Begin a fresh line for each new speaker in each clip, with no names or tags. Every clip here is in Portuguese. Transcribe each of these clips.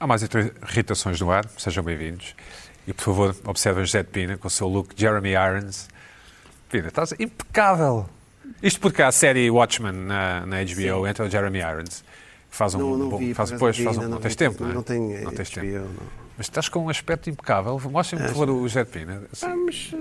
Há mais irritações no ar, sejam bem-vindos. E por favor, observem José de Pina com o seu look Jeremy Irons. Pina, estás impecável. Isto porque há a série Watchmen na, na HBO, entra o Jeremy Irons. Faz um
Não, não
bom-
vi,
faz,
por acaso
pois,
não vi
faz um,
ainda,
não,
não
tens
vi,
tempo, não, é?
não tenho
Não tens
HBO,
tempo.
não.
Mas estás com um aspecto impecável. Mostra-me, por favor, o José de Pina. Assim,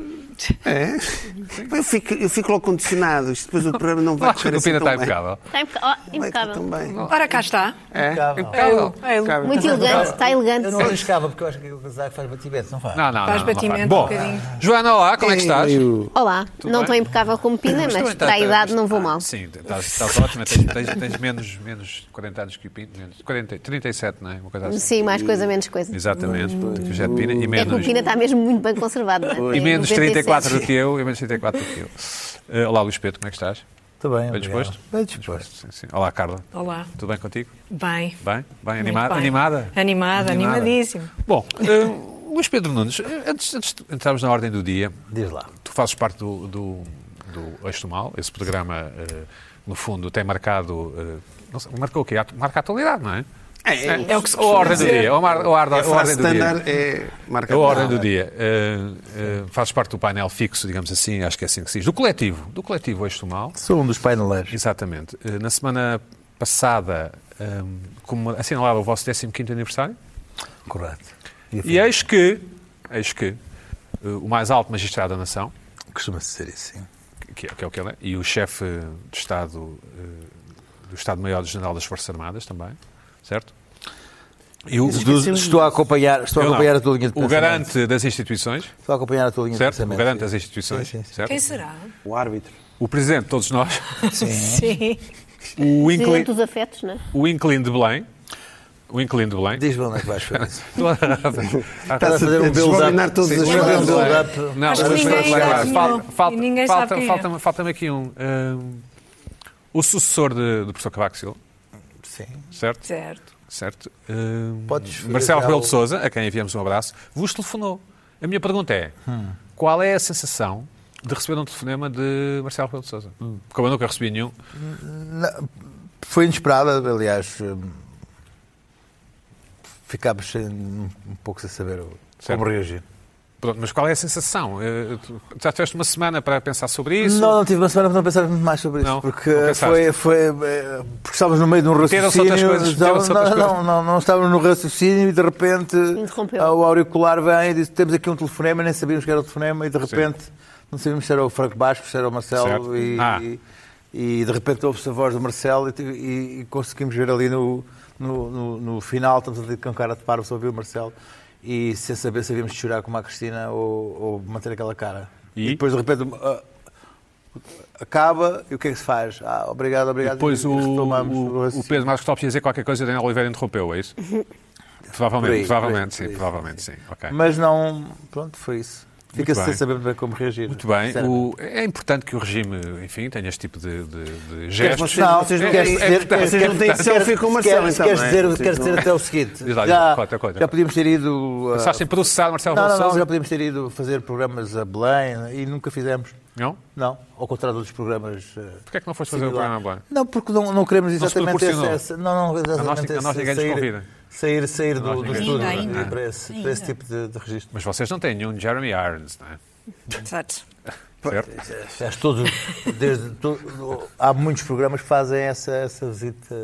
É? Eu fico, eu fico logo condicionado. Isto depois o programa não vai
acho que
correr
o
assim
Pina tá
tão
está
bem.
impecável.
Está Tá impe- ó,
Vai correr
impecável.
é tão bem. é
Ora, cá está. É
Impecável.
Muito elegante, está elegante.
Eu não arriscava, porque eu acho que o casaco faz batimento, não faz?
Não, não,
Faz
não, não
batimento
vai.
um
Bom,
bocadinho.
Joana, olá, como é que estás?
Olá, não
bem?
estou impecável como Pina, mas,
também
para a
tá-
idade não vou
ah,
mal.
Sim, estás, estás ótima, tens, tens- tens menos, menos 40 anos que o Pino, menos 40, 37, não é? Uma coisa assim.
Sim, mais coisa, menos coisa.
Exatamente, do que o José de Pina e
É que o
menos,
Pina está mesmo muito bem conservado. não é?
e
É
menos
97.
34 do que eu, e menos 34 do que eu. Eh, olá, Luís Pedro, como é que estás?
Muito Tá bem,
Bem
obrigado.
disposto?
Bem disposto.
Sim, sim. Olá, Carla.
Olá.
Tudo bem contigo?
Bem.
Bem? Bem?
Muito
Animada?
bem.
Animada?
Animada, animadíssimo.
Bom, eh, Luís Pedro Nunes, eh, antes, antes de entrarmos na ordem do dia,
Diz lá.
Tu fazes parte do, do, do Eixo do Mal, esse programa, eh, no fundo, tem marcado. eh, não sei, marcou o quê? At- Marca a atualidade, não é?
É, é
o que se
Ou a ordem do dia. Ou a mar- ou a
A
ordem- ou a
frase
ordem do dia.
standard é marca
É a ordem do
nada.
dia. Eh, eh, fazes parte do painel fixo, digamos assim, acho que é assim que se diz, do coletivo, do coletivo Eixo do Mal.
Sou um dos paineleiros.
Exatamente. Eh, na semana passada, um, como assinalava o vosso 15º aniversário,
Correto.
e é eis que, eis que, eh, o mais alto magistrado da nação,
Costuma-se ser assim.
que é, que é o que ele é, e o chefe de Estado eh, do Estado-Maior-General das Forças Armadas também, certo? E
é
o,
um estou a acompanhar, estou a
eu não.
acompanhar a tua linha de
o
pensamento.
garante das instituições,
Estou a acompanhar a tua linha de
certo? O
pensamento.
garante das instituições,
Sim, sim, sim.
certo?
Quem será?
O árbitro.
O presidente de todos nós,
Sim.
o
Presidente
inclin,
dos afetos, não é?
Ah,
o inclin de Belém, o inclin de Belém.
Diz-me onde é que vais fazer isso.
Ah, Estás
Estás a fazer um
Desbobinar
build-up.
todas as
Sim, um
coisas.
build-up.
Não,
Acho que
mas-
ninguém
mas-
sabe
mas-
quem
falta-
é.
falta-
Ninguém sabe
falta-
quem é.
falta-me- Falta-me aqui um. hum, o sucessor de- do professor Cavaco Silva,
Sim.
certo?
Certo.
Certo. Hum,
Podes
Marcelo
fazer
Rebelo
algo.
de Souza, a quem enviamos um abraço, vos telefonou. A minha pergunta é:
Hum.
qual é a sensação de receber um telefonema de Marcelo Rebelo de Souza?
Hum.
Como eu nunca recebi nenhum.
Foi inesperada, aliás. hum, Ficámos sem- um pouco sem saber o-
Certo.
como reagir.
Pronto, mas qual é a sensação? Eh, tu- Já tiveste uma semana para pensar sobre isso?
Não, não tive uma semana para não pensar muito mais sobre isso.
Não?
porque,
Não pensaste?
foi, foi, eh, porque estávamos no meio de um
Meteram-se
raciocínio.
outras coisas, meteram-se
estávamos-
outras
não,
coisas.
não, não, não estávamos no raciocínio e de repente
Interrompeu.
ah, o auricular vem e diz: Temos aqui um telefonema, nem sabíamos que era o telefonema, e de repente não sabíamos se era o Franco Basco, se era o
Certo.
Marcelo. E,
Ah.
e, e de repente ouve-se a voz do Marcelo e, e- e conseguimos ver ali no, no, no, no final, estamos ali com cara de parvo, só ouvir o Marcelo. E sem saber se havíamos de chorar como a Cristina ou, ou manter aquela cara.
E?
depois de repente ah, acaba e o que é que se faz? Ah, obrigado,
E
obrigado.
depois
e
o,
retomamos
o,
raciocínio.
o Pedro Marcos Lopes ia dizer qualquer coisa e o Daniel Oliveira interrompeu, é isso? Provavelmente,
Por aí,
provavelmente,
por aí,
sim,
por aí,
provavelmente, sim. ok.
Mas não. Pronto, foi isso. Fica-se
bem.
sem saber bem como reagir.
Muito bem.
sinceramente.
O- é importante que o regime, enfim, tenha este tipo de, de, de
Quer
gestos.
vocês, não, vocês não
é-
têm,
é importante.
vocês não têm
É importante.
selfie com o Marcelo,
Queres,
então,
queres
não é?
dizer,
Vocês
queres
não-
dizer até o seguinte:
Diz lá, diz lá,
já,
conta, conta,
já
conta.
podíamos ter ido. ah,
Pensaste em assim, processar Marcelo
não, não,
Rebelo de
não, já
Sousa?
podíamos ter ido fazer programas a Belém e nunca fizemos.
Não?
Não, ao contrário de outros programas. ah,
Porquê é que não foste fazer o programa a Belém?
Não, porque não, não queremos
Não se
exatamente
proporcionou.
essa, essa- Não, não, exatamente
A nós- a nós
esse-
ninguém nos convida.
Sair, sair do, do
ninguém
estúdio
nos convida.
né, para, esse, para esse tipo de, de registro.
Mas vocês não têm nenhum Jeremy Irons, não é?
Exato.
Certo?
Mas todos, desde, to- há muitos programas que fazem essa, essa visita.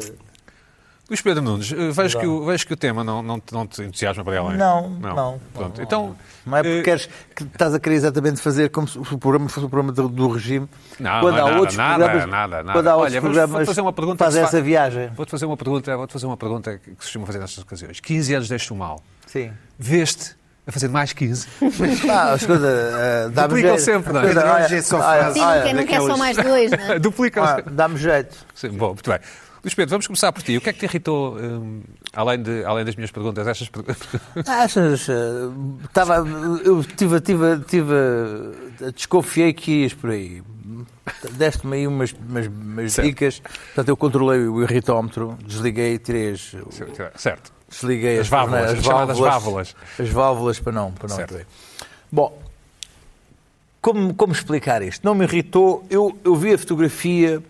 Luís Pedro Nunes, eh, vejo que, o, vejo que o tema não, não, te- não te entusiasma para além.
Não, não.
Pronto,
Não,
então...
Não é porque
eh,
queres que estás a querer exatamente fazer como se o programa fosse o programa do, do regime.
Não, não é nada, nada, nada, nada.
Quando há
Olha,
outros
vamos-
programas
vou fazer uma pergunta
fazem
que se fa-
essa viagem.
Vou-te fazer uma pergunta, vou-te fazer uma pergunta que que se costuma fazer nestas ocasiões. 15 anos deste o mal.
Sim.
Veste a fazer mais 15.
Ah, as coisas. eh, dá-me
Duplicam
jeito.
sempre, não é?
As coisas,
Hoje é só frases.
Sim,
Ah,
não quer, não quer só
daqueles-
mais dois, não é?
Duplicam-se.
ah, Dá-me jeito.
Sim, bom, muito bem. Luís Pedro, vamos começar por ti. O que é que te irritou, hum, além, de, além das minhas perguntas, estas perguntas?
Achas? eh, Tava, eu tive, tive, tive, desconfiei que ias por aí. Deste-me aí umas, umas, umas
Certo.
dicas. Portanto, eu controlei o irritómetro, desliguei três.
Certo.
Desliguei
As
as, torne-
válvulas, as chamadas válvulas.
As válvulas para não, para não
Certo.
doer. Bom, como, como explicar isto? Não me irritou. Eu, eu vi a fotografia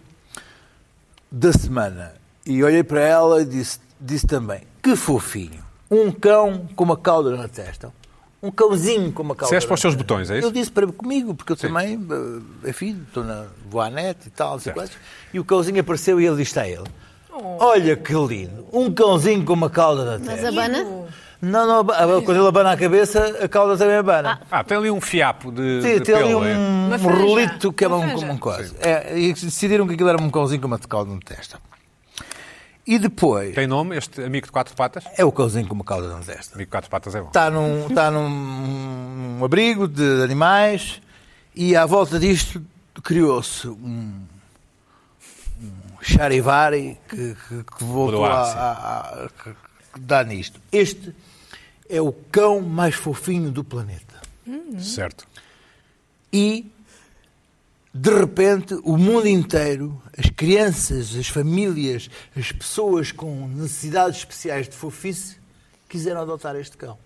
da semana e olhei para ela e disse, disse também: que fofinho. Um cão com uma cauda na testa. Um cãozinho com uma cauda.
Disseste para os
na
seus
testa.
botões, é isso?
Eu disse para comigo, porque eu também, eh, enfim, estou na, vou à net e tal, não sei
Certo.
quantos. E o cãozinho apareceu e ele disse a ele:
Oh.
Olha que lindo, um cãozinho com uma cauda na
Mas
testa.
abana?
Não, não, aba- aba- quando ele abana a cabeça, a cauda também abana.
Ah, tem ali um fiapo de,
Sim,
de
tem ali
pelo. é?
um,
Uma
um
franja.
rolito que é
Uma
um,
franja.
como um coisa. É, e decidiram que aquilo era um cãozinho com uma cauda na testa. E depois,
Tem nome, este amigo de quatro patas?
é o cãozinho com uma cauda na testa.
Amigo de quatro patas é bom.
Está Tá num, está num abrigo de animais e à volta disto criou-se um, um charivari que, que, que voltou
Mudou a
a,
arte, sim.
a- a- que- que dá nisto. Este é o cão mais fofinho do planeta.
Certo.
e de repente o mundo inteiro, as crianças, as famílias, as pessoas com necessidades especiais de fofice quiseram adotar este cão.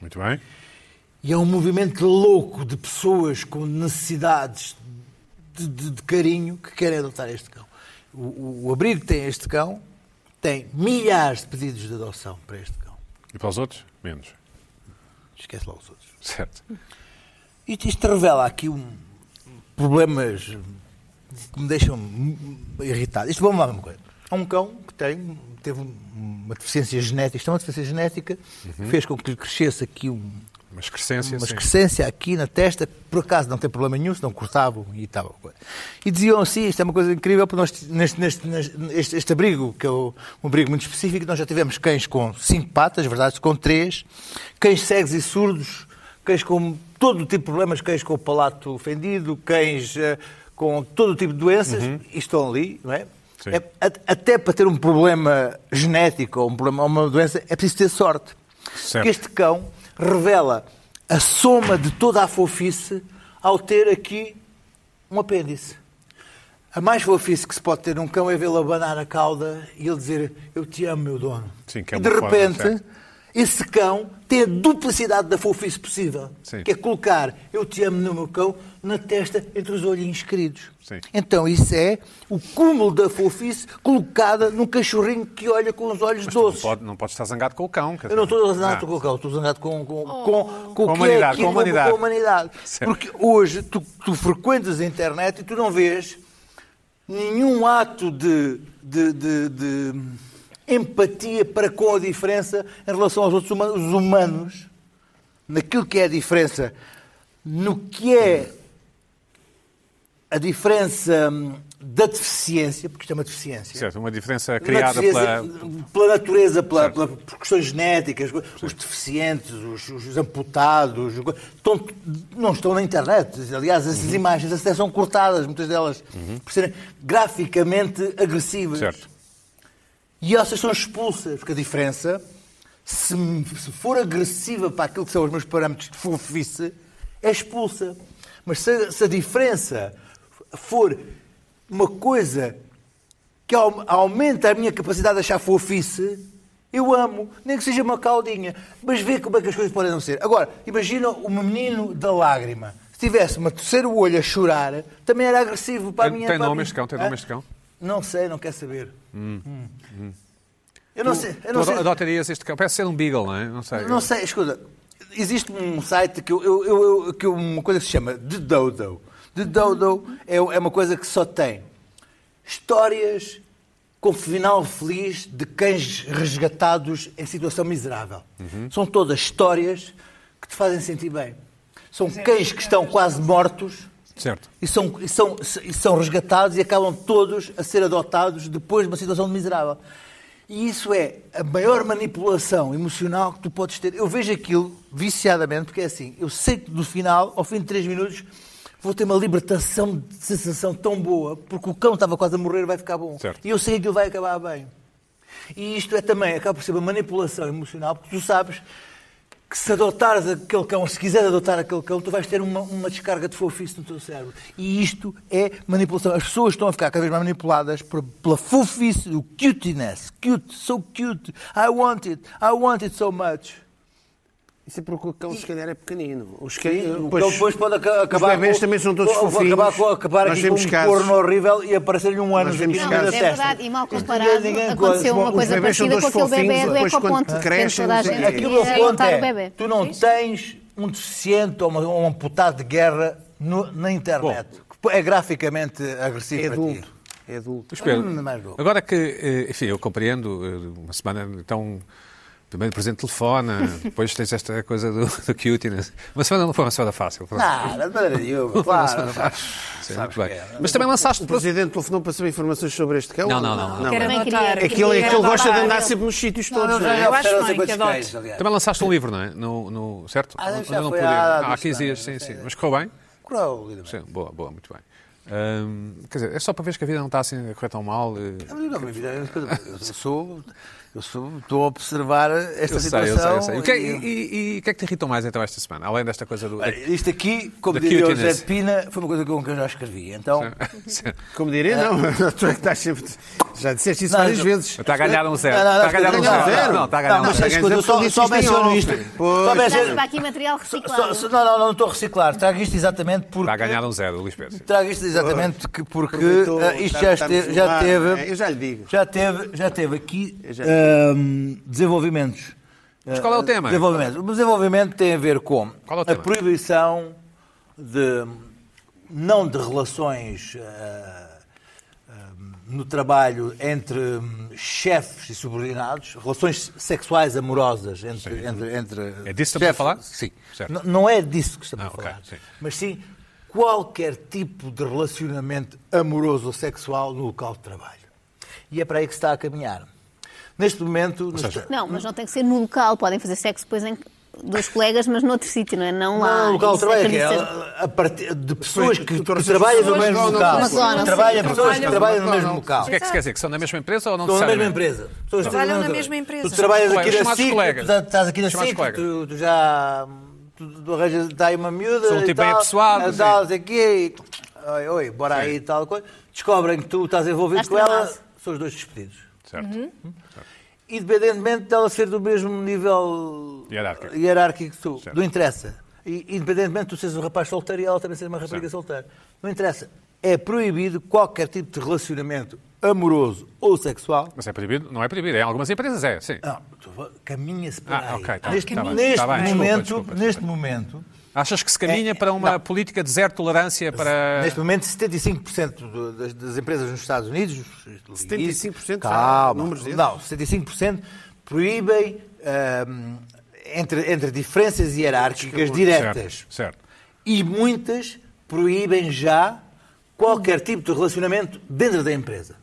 Muito bem.
E é um movimento louco de pessoas com necessidades de, de- de carinho que querem adotar este cão. O, o- o abrigo que tem este cão tem milhares de pedidos de adoção para este cão.
E para os outros? Menos.
Esquece lá os outros.
Certo.
Isto, isto revela aqui um, problemas que me deixam irritado. Isto, vamos lá, uma coisa. Há um cão que tem, teve um- uma deficiência genética, isto é uma deficiência genética, fez com que lhe crescesse aqui um,
Mas crescência,
uma
sim.
excrescência aqui na testa, que por acaso não tem problema nenhum, se não cortavam e tal. E diziam assim, isto é uma coisa incrível, porque nós, neste, neste, neste- este, este abrigo, que é o- um abrigo muito específico, nós já tivemos cães com cinco patas, verdade, com três, cães cegos e surdos, cães com todo o tipo de problemas, cães com o palato ofendido, cães eh, com todo o tipo de doenças, e estão ali, não é?
Uhum. Sim.
É- a- até para ter um problema genético ou um problema, ou uma doença, é preciso ter sorte.
Certo.
Porque este cão revela a soma de toda a fofice ao ter aqui um apêndice. A mais fofice que se pode ter num cão é vê-lo abanar a cauda e ele dizer eu te amo, meu dono.
Sim, que é
e de
uma forma,
repente,
certo.
esse cão tem a duplicidade da fofice possível,
Sim.
que é colocar eu te amo no meu cão na testa entre os olhinhos queridos.
Sim.
Então isso é o cúmulo da fofice colocada num cachorrinho que olha com os olhos doces.
Não pode, não pode estar zangado com o cão. quer
Eu não
dizer.
estou zangado
Ah,
com o cão, estou zangado com, com, com, com,
Com a
o que é
humanidade,
aquilo,
com a humanidade.
com a humanidade.
Certo.
Porque hoje tu, tu frequentas a internet e tu não vês nenhum ato de, de- de- de empatia para com a diferença em relação aos outros humanos, os humanos, naquilo que é a diferença, no que é a diferença hum, da deficiência, porque isto é uma deficiência
Certo, uma diferença
na
criada
defesa-
pela.
pela natureza, pela, pela- por questões genéticas, os deficientes, os, os amputados, os co- estão- não estão na internet. Aliás, essas
Uhum.
imagens até são cortadas, muitas delas, por serem graficamente agressivas.
Certo.
E essas são expulsas, porque a diferença, se, se for agressiva para aquilo que são os meus parâmetros de fofice, é expulsa. Mas se, se a diferença for uma coisa que au- aumenta a minha capacidade de achar fofice, eu amo, nem que seja uma caudinha. Mas vê como é que as coisas podem não ser. Agora, imagina o menino da lágrima. Se tivesse uma terceira olho a chorar, também era agressivo para a
Tem-
minha
tem
para a
nome
minha-
este cão? Tem
Ah?
nome este cão?
Não sei, não quer saber. Hum. Eu não sei.
Tu
Eu não sei,
adotarias este cão? Parece ser um beagle, não é? Não sei.
não sei, escuta. Existe um site que eu, eu- eu- eu- que eu- uma coisa que se chama The Dodo. The Dodo é, é uma coisa que só tem histórias com final feliz de cães resgatados em situação miserável.
Uhum.
São todas histórias que te fazem sentir bem. São cães que estão quase mortos
Certo.
e são, e são, e são resgatados e acabam todos a ser adotados depois de uma situação de miserável. E isso é a maior manipulação emocional que tu podes ter. Eu vejo aquilo viciadamente, porque é assim, eu sei que no final, ao fim de três minutos, vou ter uma libertação de sensação tão boa, porque o cão estava quase a morrer, vai ficar bom.
Certo.
E eu sei que aquilo vai acabar bem. E isto é também, acaba por ser uma manipulação emocional, porque tu sabes que se adotares aquele cão, se quiseres adotar aquele cão, tu vais ter uma, uma descarga de fofice no teu cérebro. E isto é manipulação. As pessoas estão a ficar cada vez mais manipuladas por- pela fofice, o cutiness. Cute, so cute. I want it, I want it so much.
Isso é porque o cão, se calhar, é pequenino. Os que...
Pois, então depois pode aca- acabar
bebês
com,
também são todos
pode
fofinhos.
acabar, com, acabar
Nós
aqui com
vemos
um
casos.
corno horrível e aparecer-lhe um ano
Nós vemos
na
Não,
casos.
mas
testa.
é verdade, e mal
Ninguém-
comparado
ninguém-
aconteceu uma
os
coisa
bebés são
parecida com
todos
aquele bebê
fofinhos,
do
depois quando
Ecoponte, que
crescem,
toda a
não sei
gente
o quê.
Aquilo
queria
que conta
adotar o
é,
bebê.
tu não tens um deficiente ou, uma- ou um amputado de guerra no- na internet. que É graficamente agressivo
É
para ti.
adulto. É adulto.
Mas, Pedro,
Hum, mais louco.
agora que, eh, enfim, eu compreendo, eh, uma semana, então, primeiro presente telefona, depois tens esta coisa do, do cutiness. Uma semana não foi uma semana fácil.
Nada, de maneira nenhuma, claro.
Sim,
sabes
muito
que
bem.
é.
Mas também lançaste...
O presidente telefonou para saber informações sobre este cão?
Não, não, não, não.
Quero
Também
adotar.
queria-
É que ele, é que ele
Queria
gosta de
adotar.
andar sempre nos sítios todos, não
não,
é?
eu acho
Ofereceram
bem
quantos
que adote.
cães, aliás.
Também lançaste um livro, não é? No, no- certo?
Ah,
Onde
já
eu não
foi
pude ir.
há
Ah, há
duas
15 dias, sim,
semanas,
sim.
não sei.
Mas correu bem?
Cruel, ainda bem.
Sim, boa, boa, muito bem. Hum, quer dizer, é só para ver que a vida não está assim a correr tão mal. eh.
Não, mas, eu sou, eu sou, estou a observar esta
Eu
situação.
sei, eu sei, eu sei. O que é-
e-
e- e- e o que é que te irritou mais então esta semana? Além desta coisa do.
Olha, Isto aqui, como
The
diria o
cuteness.
José de Pina, foi uma coisa com que eu já escrevi. Então,
Sim.
Como diria, não. Tu é que estás sempre. Já disseste isso
Não,
várias
eu-
vezes.
Está a ganhar um zero.
Não, não, não,
Está a ganhar um
ganhou
zero.
zero.
Não, está a ganhar
Não,
um
mas
zero.
sabes que eu
Ganhou
só-
zero.
só
Isto em
menciono
é
off.
isto.
Pois.
Só menciono-
Traz para aqui material
só- só-
né?
reciclado.
Não, não, não estou a reciclar. Trago isto exatamente
Está a
porque.
ganhar um zero, Luís Pedro.
Trago isto exatamente que- porque
Aproveitou,
ah, isto
está-
já,
está-nos
esteve, já
no ar,
teve.
não é? Eu já lhe digo.
Já teve, já teve aqui
Eu já-
ahm, desenvolvimentos.
Mas qual é o tema?
Desenvolvimento. O desenvolvimento tem a ver com
Qual é o
a
tema?
proibição de não de relações ah, ah, no trabalho entre hum, chefes e subordinados, relações sexuais amorosas entre, entre, entre
É disso que estamos a
chefes.
falar?
Sim.
Certo.
N- Não é disso que estamos
Ah,
a
ok,
falar.
sim.
Mas sim qualquer tipo de relacionamento amoroso ou sexual no local de trabalho. E é para aí que se está a caminhar. Neste momento. nos-
seja,
Não, mas não tem que ser no local. Podem fazer sexo depois em dois colegas, mas noutro sítio, não é? Não lá.
Não, o local de
Isso
trabalho, que é
acredito ser-
a, a partir de pessoas
é
que, que
tu torces
trabalham no
pessoas
mesmo
que
local.
trabalham numa zona,
Trabalham
sim.
pessoas que
Trabalham
trabalham no
numa
mesmo local.
O que é que se quer dizer? Que são da mesma empresa ou não né?
Estão na mesma
necessariamente?
empresa. Pessoas que
Trabalham na
trabalham-
mesma empresa.
Tu trabalhas
Chamados
aqui na
colegas.
SIC,
Chamados
tu tá- estás aqui na
colegas.
SIC, tu, tu já... Tu, tu arranjas, está aí uma miúda
São um
e
tipo bem
tal,
apessoado,
e tal, sei quê, e... Oi, oi, bora aí e tal coisa. Descobrem que tu estás envolvido
Estás
com ela,
tramado.
são os dois despedidos
Certo.
independentemente dela ser do mesmo nível
Hierárquico.
hierárquico que tu.
Certo.
Não interessa. E, independentemente de tu seres um rapaz solteiro e ela também ser uma rapariga
Certo.
solteira. Não interessa. É proibido qualquer tipo de relacionamento amoroso ou sexual.
Mas é proibido? Não é proibido. Em algumas empresas é, sim.
Não, Ah, tu va- caminha-se para
Ah,
aí.
ok, tá
neste
bem, tá bem,
neste
tá bem. Desculpa,
momento,
desculpa,
neste momento,
Achas que se caminha
É,
para uma
não.
política de zero tolerância para.
neste momento 75% do- das, das empresas nos Estados Unidos, os-
75%? Ah,
calma,
números desses.
não, 75% proíbem ahm, entre, entre diferenças hierárquicas diretas.
Certo. certo.
E muitas proíbem já qualquer tipo de relacionamento dentro da empresa.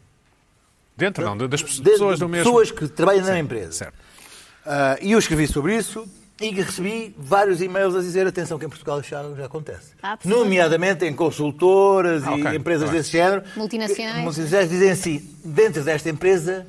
Dentro, não, das pe-
Dentro
pessoas
de
do mesmo.
pessoas que trabalham na empresa.
Certo.
Ah, e eu escrevi sobre isso e recebi vários e-mails a dizer atenção que em Portugal isto já, já acontece.
Ah, sim.
Nomeadamente em consultoras
Ah, ok,
e empresas
tá bem.
desse género.
Multinacionais.
Que- Multinacionais dizem assim, dentro desta empresa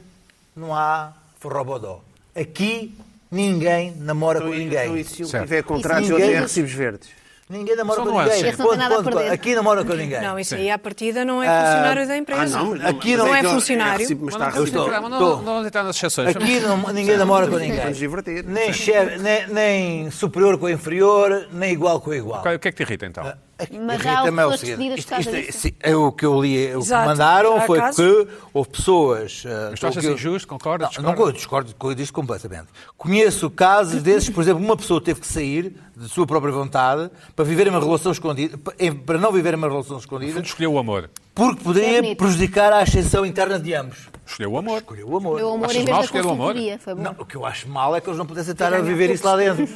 não há forrobodó. Aqui ninguém namora com
Então,
ninguém.
e se eu
Certo.
tiver contratos,
Isso.
eu tenho
Ninguém-
recibos verdes.
Ninguém namora
Só é assim.
com
nuances.
ninguém.
Este
não tem nada a
ponto.
perder.
Aqui namora com
É.
ninguém.
Não, isso aí à partida não é funcionário da empresa.
ah,
aqui
não,
não
é,
é que eu-
funcionário.
recibo,
Mas
mas está
não,
a receber.
estou-
não, não, não,
estou.
não entrar nas exceções.
Aqui não- ninguém
é
namora com ninguém.
Vamos divertir.
Nem, chefe- nem- nem superior com inferior, nem igual com igual.
Qual- O que é que te irrita então?
Ah.
Mas
Irrita-me
há pessoas
é o seguinte,
despedidas por
isto-
causa
isto é-
disso.
sim, é o que eu li, é o que
Exato.
mandaram
Há
foi
casos-
que houve pessoas. ah,
Mas tu achas
que eu-
injusto? Concordas?
Não, não, eu discordo com- disto completamente. Conheço casos desses, por exemplo, uma pessoa teve que sair de sua própria vontade para viver uma relação escondida, pa- em- para não viver uma relação escondida,
Escolheu o amor.
porque
É
poderia
bonito.
prejudicar a ascensão interna de ambos.
Escolheu o amor.
Escolheu o amor.
Meu amor
Achas
em
mal
vez da
escolher o amor?
consultoria. Foi bom.
Não, o que eu acho mal é que eles não pudessem estar a viver isso lá dentro.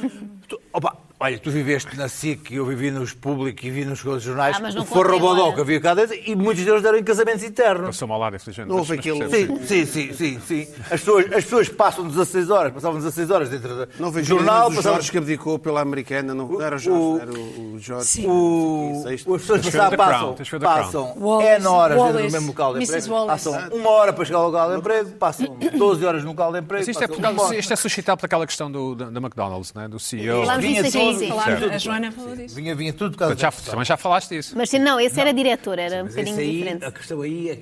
Tu- opa, olha, tu viveste na SIC, eu vivi nos públicos e vi nos outros jornais,
Ah, mas não
o Forro
contem
Bodó
agora.
que havia cá dentro e muitos deles deram em casamentos internos.
Passou-me ao lado, infelizmente.
Não houve
mas-
aquele-
mas percebo,
Sim, sim, sim, sim, sim. As pessoas, as pessoas passam 16 horas, passavam 16 horas dentro da-
Não
do
vejo
jornal,
jornal, o
passavam...
Jorge que abdicou pela americana. Não, não era o
o-
Jorge, era o, o Jorge.
Sim.
O,
é
as pessoas
Tens que ver o
passavam,
The Crown,
passam,
tens que ver o The Crown.
passam
Wallace,
N horas dentro
Wallace,
do mesmo local de
Mrs.
emprego,
Wallace.
passam uma hora para chegar ao local de emprego, passam 12 horas no local de emprego.
Mas isto é, por
passam
causa-
uma hora.
isto é suscitado por aquela questão do, da, da McDonald's, né? do CEO.
Falámos
Vinha
disso
tudo,
aqui, sim.
Falámos-
Certo.
a Joana falou disso.
Vinha, vinha tudo por causa
Já,
dessa
também já falaste disso.
Mas não, esse era diretor, era um
Mas isso
bocadinho
aí,
diferente.
a questão aí é.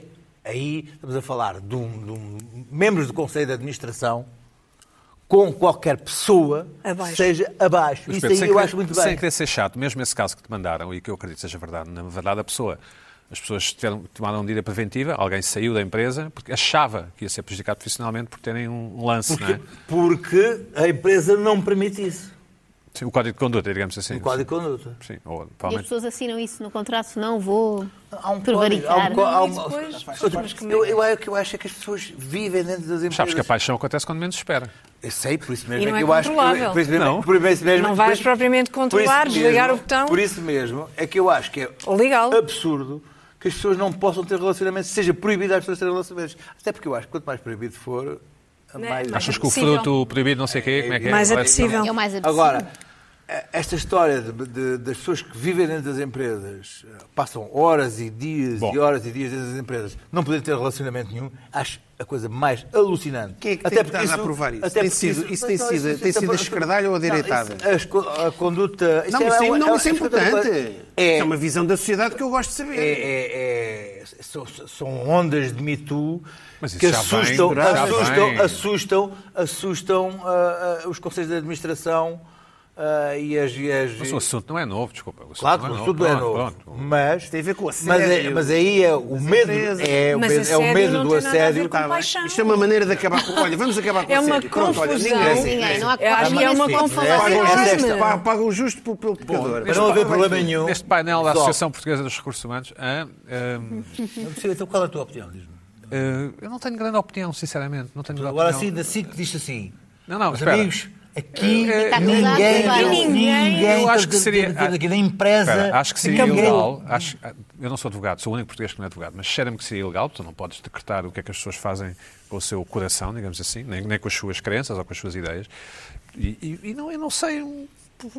Aí estamos a falar de, um, de um- membros do Conselho de Administração com qualquer pessoa,
Abaixo.
seja abaixo.
Mas,
Isso
Pedro,
aí
sem
eu
querer-
acho muito
Sem
bem.
querer ser chato, mesmo esse caso que te mandaram e que eu acredito que seja verdade, na verdade a pessoa, as pessoas tiveram, tomaram uma medida preventiva, alguém saiu da empresa porque achava que ia ser prejudicado profissionalmente por terem um lance, não é?
Porque a empresa não permite isso.
Sim, o código de conduta, digamos assim.
O código de conduta.
Sim, ou
E as
provavelmente.
pessoas assinam isso no contrato, não vou
Há um código. Há
prevaricar.
um, có- há um,
Depois,
Outra-
mas como é
eu,
que é?
eu, eu, que eu acho é que as pessoas vivem dentro das empresas.
Sabes que a paixão acontece quando menos se espera.
Eu sei, por isso mesmo.
E não
é que
é
eu acho que-
controlável.
por isso mesmo,
Não.
por isso mesmo-
Não vais
por isso-
propriamente
por isso
controlar, desligar
mesmo-
o botão.
Por isso mesmo é que eu acho que é
Ou legal.
absurdo que as pessoas não possam ter relacionamentos, seja proibido às pessoas terem relacionamentos. Até porque eu acho que quanto mais proibido for,
Não é?
mais.
Mas-
Achas que o
Possível.
fruto proibido, não sei o quê, como é que é?
Mais
Parece-
apetecível.
É o mais absurdo.
Agora, eh, esta história de- de- das pessoas que vivem dentro das empresas, eh, passam horas e dias
Bom.
e horas e dias dentro das empresas, não poderem ter relacionamento nenhum, acho a coisa mais alucinante.
Quem é que tem que estar a aprovar isso? Tem sido- isso tem
Não,
sido- tem
isso-
sido a escardalha ou a direitada?
Não, isso- as co- a conduta...
Não, isso, é, não, isso é
é-
importante.
É,
Isso é uma visão da sociedade que eu gosto de saber.
é- é- são, são ondas de Me Too
Mas isso
que
já vem,
assustam,
já
assustam,
vem.
assustam, assustam ah, ah, os conselhos de administração ah, e as. E as
Mas o assunto não é novo, desculpa. o assunto
Claro que
não
o tudo é novo.
Pronto, pronto.
Mas
Tem a ver com assédio.
Mas, é- mas aí é o medo,
empresas.
é, o
Mas
medo, é o
assédio
medo
não
do
tem nada a ver
assédio.
com
Tá bem.
paixão.
Isto é uma maneira de acabar com. Olha, vamos acabar com
É
o
uma
assédio. Pronto, olha,
confusão.
ninguém-
Ninguém, não há
É, acho que é uma
Sim,
confusão
essa-
Pagam
essa-
justo,
esta-
pa- pagam o justo pelo pelo pecador.
Para não haver problema nenhum.
Neste painel da
Só.
Associação Portuguesa dos Recursos Humanos, hã, hum,
Não percebo, Então qual é a tua opinião? diz-me?
eh, eu não tenho grande opinião, sinceramente. Não tenho grande
Agora
opinião.
assim, assim que diz assim.
Não, não,
meus
espera.
amigos, aqui
Eh,
Está
ninguém, tá
casado,
ninguém, tá
separa.
Eu acho que
tanto-
seria- Ah,
tanto aqui na empresa.
Espera, acho que seria
ninguém-
ilegal. acho- eu não sou advogado, sou o único português que não é advogado, mas cheira-me que seria ilegal. Tu não podes decretar o que é que as pessoas fazem com o seu coração, digamos assim, nem, nem com as suas crenças ou com as suas ideias. E, e- e não, eu não sei, um,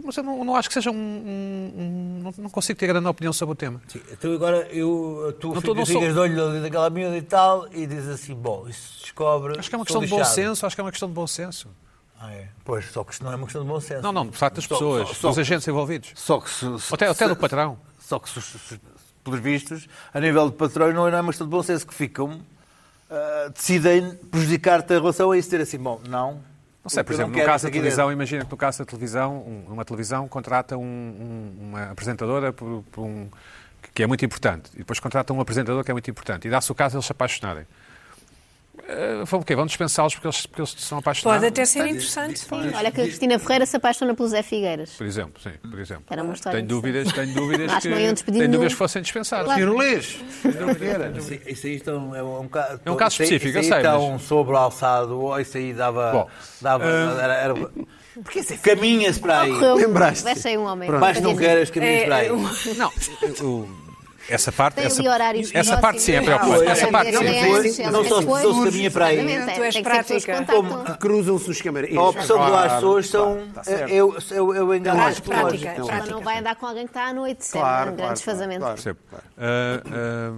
mas eu não, não acho que seja um. um- um- não, não consigo ter grande opinião sobre o tema.
Sim, Então agora eu, tu
Não,
ficas
tu não
ficas
sou-
de olho ali daquela miúda e tal e diz assim, bom, isso se descobre.
Acho que é uma questão
sou
de bom
lixado.
senso, acho que é uma questão de bom senso.
Ah, é. Pois, só que isto não é uma questão de bom senso.
Não, não, de facto das
Só-
pessoas,
só- só-
dos agentes envolvidos.
Só que se, se-
Até- até
se-
do patrão.
Só que, se- se- se- pelos vistos, a nível de patrão, não é uma questão de bom senso que ficam. ah, decidem prejudicar-te em relação a isso, dizer assim, bom, não.
Não sei, por
eu
exemplo, no
quero
caso da
é seguir
televisão, imagina que no caso da televisão, um- uma televisão contrata um- um- uma apresentadora por- por um- que é muito importante, e depois contrata um apresentador que é muito importante, e dá-se o caso de eles se apaixonarem. Eh, Vão o quê? Vão dispensá-los porque eles, porque eles são apaixonados?
Pode até ser interessante.
Sim, olha que a Cristina Ferreira se apaixona pelo Zé Figueiras.
Por exemplo, sim, por exemplo.
Era uma história
Tenho dúvidas, tenho
Acho
dúvidas
que
que,
não iam despedir
tenho
nenhum.
dúvidas que fossem dispensados.
Claro.
Pirulês.
Isso, isso aí estão, é um, ca-
É um caso
isso aí-
específico,
isso
eu
aí
sei,
Está
mas-
um sobre alçado, ou isso aí dava.
Bom, ah,
dava era, era- Porque isso é- caminha-se para aí.
Correu.
Lembraste?
Deixei um homem.
Mas não queres caminhas
É,
para aí.
eu-
Não, eu- eu- essa parte,
Tem ali
essa,
horários
essa parte sim é
próximos.
preocupante.
Ah,
Essa
é,
parte
é,
sim.
é, não só- só se caminha para aí.
Tu és prática.
Cruzam-se os camareiros.
A opção
Claro,
do as pessoas são.
claro, tá certo.
é- é o- é o é o engano
Prática,
psicológico.
prática.
Ela não vai andar com alguém que está à noite, sempre
Claro,
um
claro,
grande desfazamento.
claro,
Percebo. Ah, ah,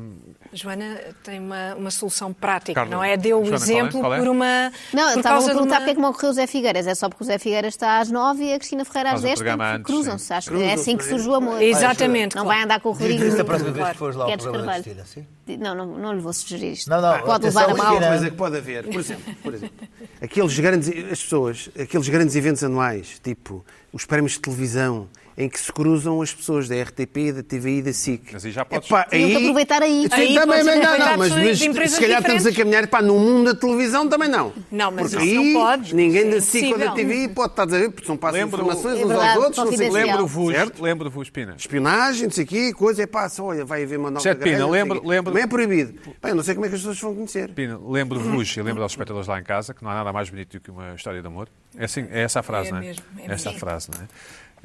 Joana tem uma, uma solução prática,
Carla,
não é? Deu o
Joana, qual é?
exemplo
Qual é?
por uma.
Não, eu estava
por
a
causa de
perguntar
uma...
porque é que não ocorreu o Zé Figueiras. É só porque o Zé Figueiras está às nove e a Cristina Ferreira às
Faz o
dez.
programa
portanto,
antes,
Cruzam-se. Acho que é assim que surge o amor.
Exatamente,
Não
claro. é
vai andar com o Rodrigo. é
Diz-lhe a próxima vez que
Claro.
fores lá ao
Guedes
programa da
Carvalho.
Cristina, sim?
Não, não, não lhe vou sugerir isto.
Não, não,
Pode levar a
atenção,
Há
mal.
uma coisa que pode haver, por exemplo, por exemplo aqueles grandes, as pessoas, aqueles grandes eventos anuais, tipo os prémios de televisão, em que se cruzam as pessoas da RTP, da TVI, da SIC.
Mas aí já podes-
Epá,
Tinham que aproveitar aí.
Sim, também,
Aí podes
mas não,
aproveitar
não, mas,
pessoas de
mas
empresas
se calhar estamos a
diferentes.
caminhar para no mundo da televisão também não.
Não, mas
Porque
isso não
aí,
pode.
Ninguém da
Isso é
SIC ou da
impossível.
TVI pode estar a ver, porque são passam
Lembro-
informações
É
uns
verdade,
aos outros, não sei o quê.
confidencial.
Lembro-vos,
Certo?
lembro-vos, Pina.
espionagem, não sei o quê, coisa, é pá, só olha, vai haver uma nova
Certo, Pina,
carreira, não sei o
lembro-
quê.
lembro-
Também é proibido. Pá, eu não sei como é que as pessoas vão conhecer.
Pina, lembro-vos e lembro aos espectadores lá em casa que não há nada mais bonito do que uma história de amor. É, assim, é essa a frase,
É
não é?
mesmo, é
essa a
mesmo.
frase, não é?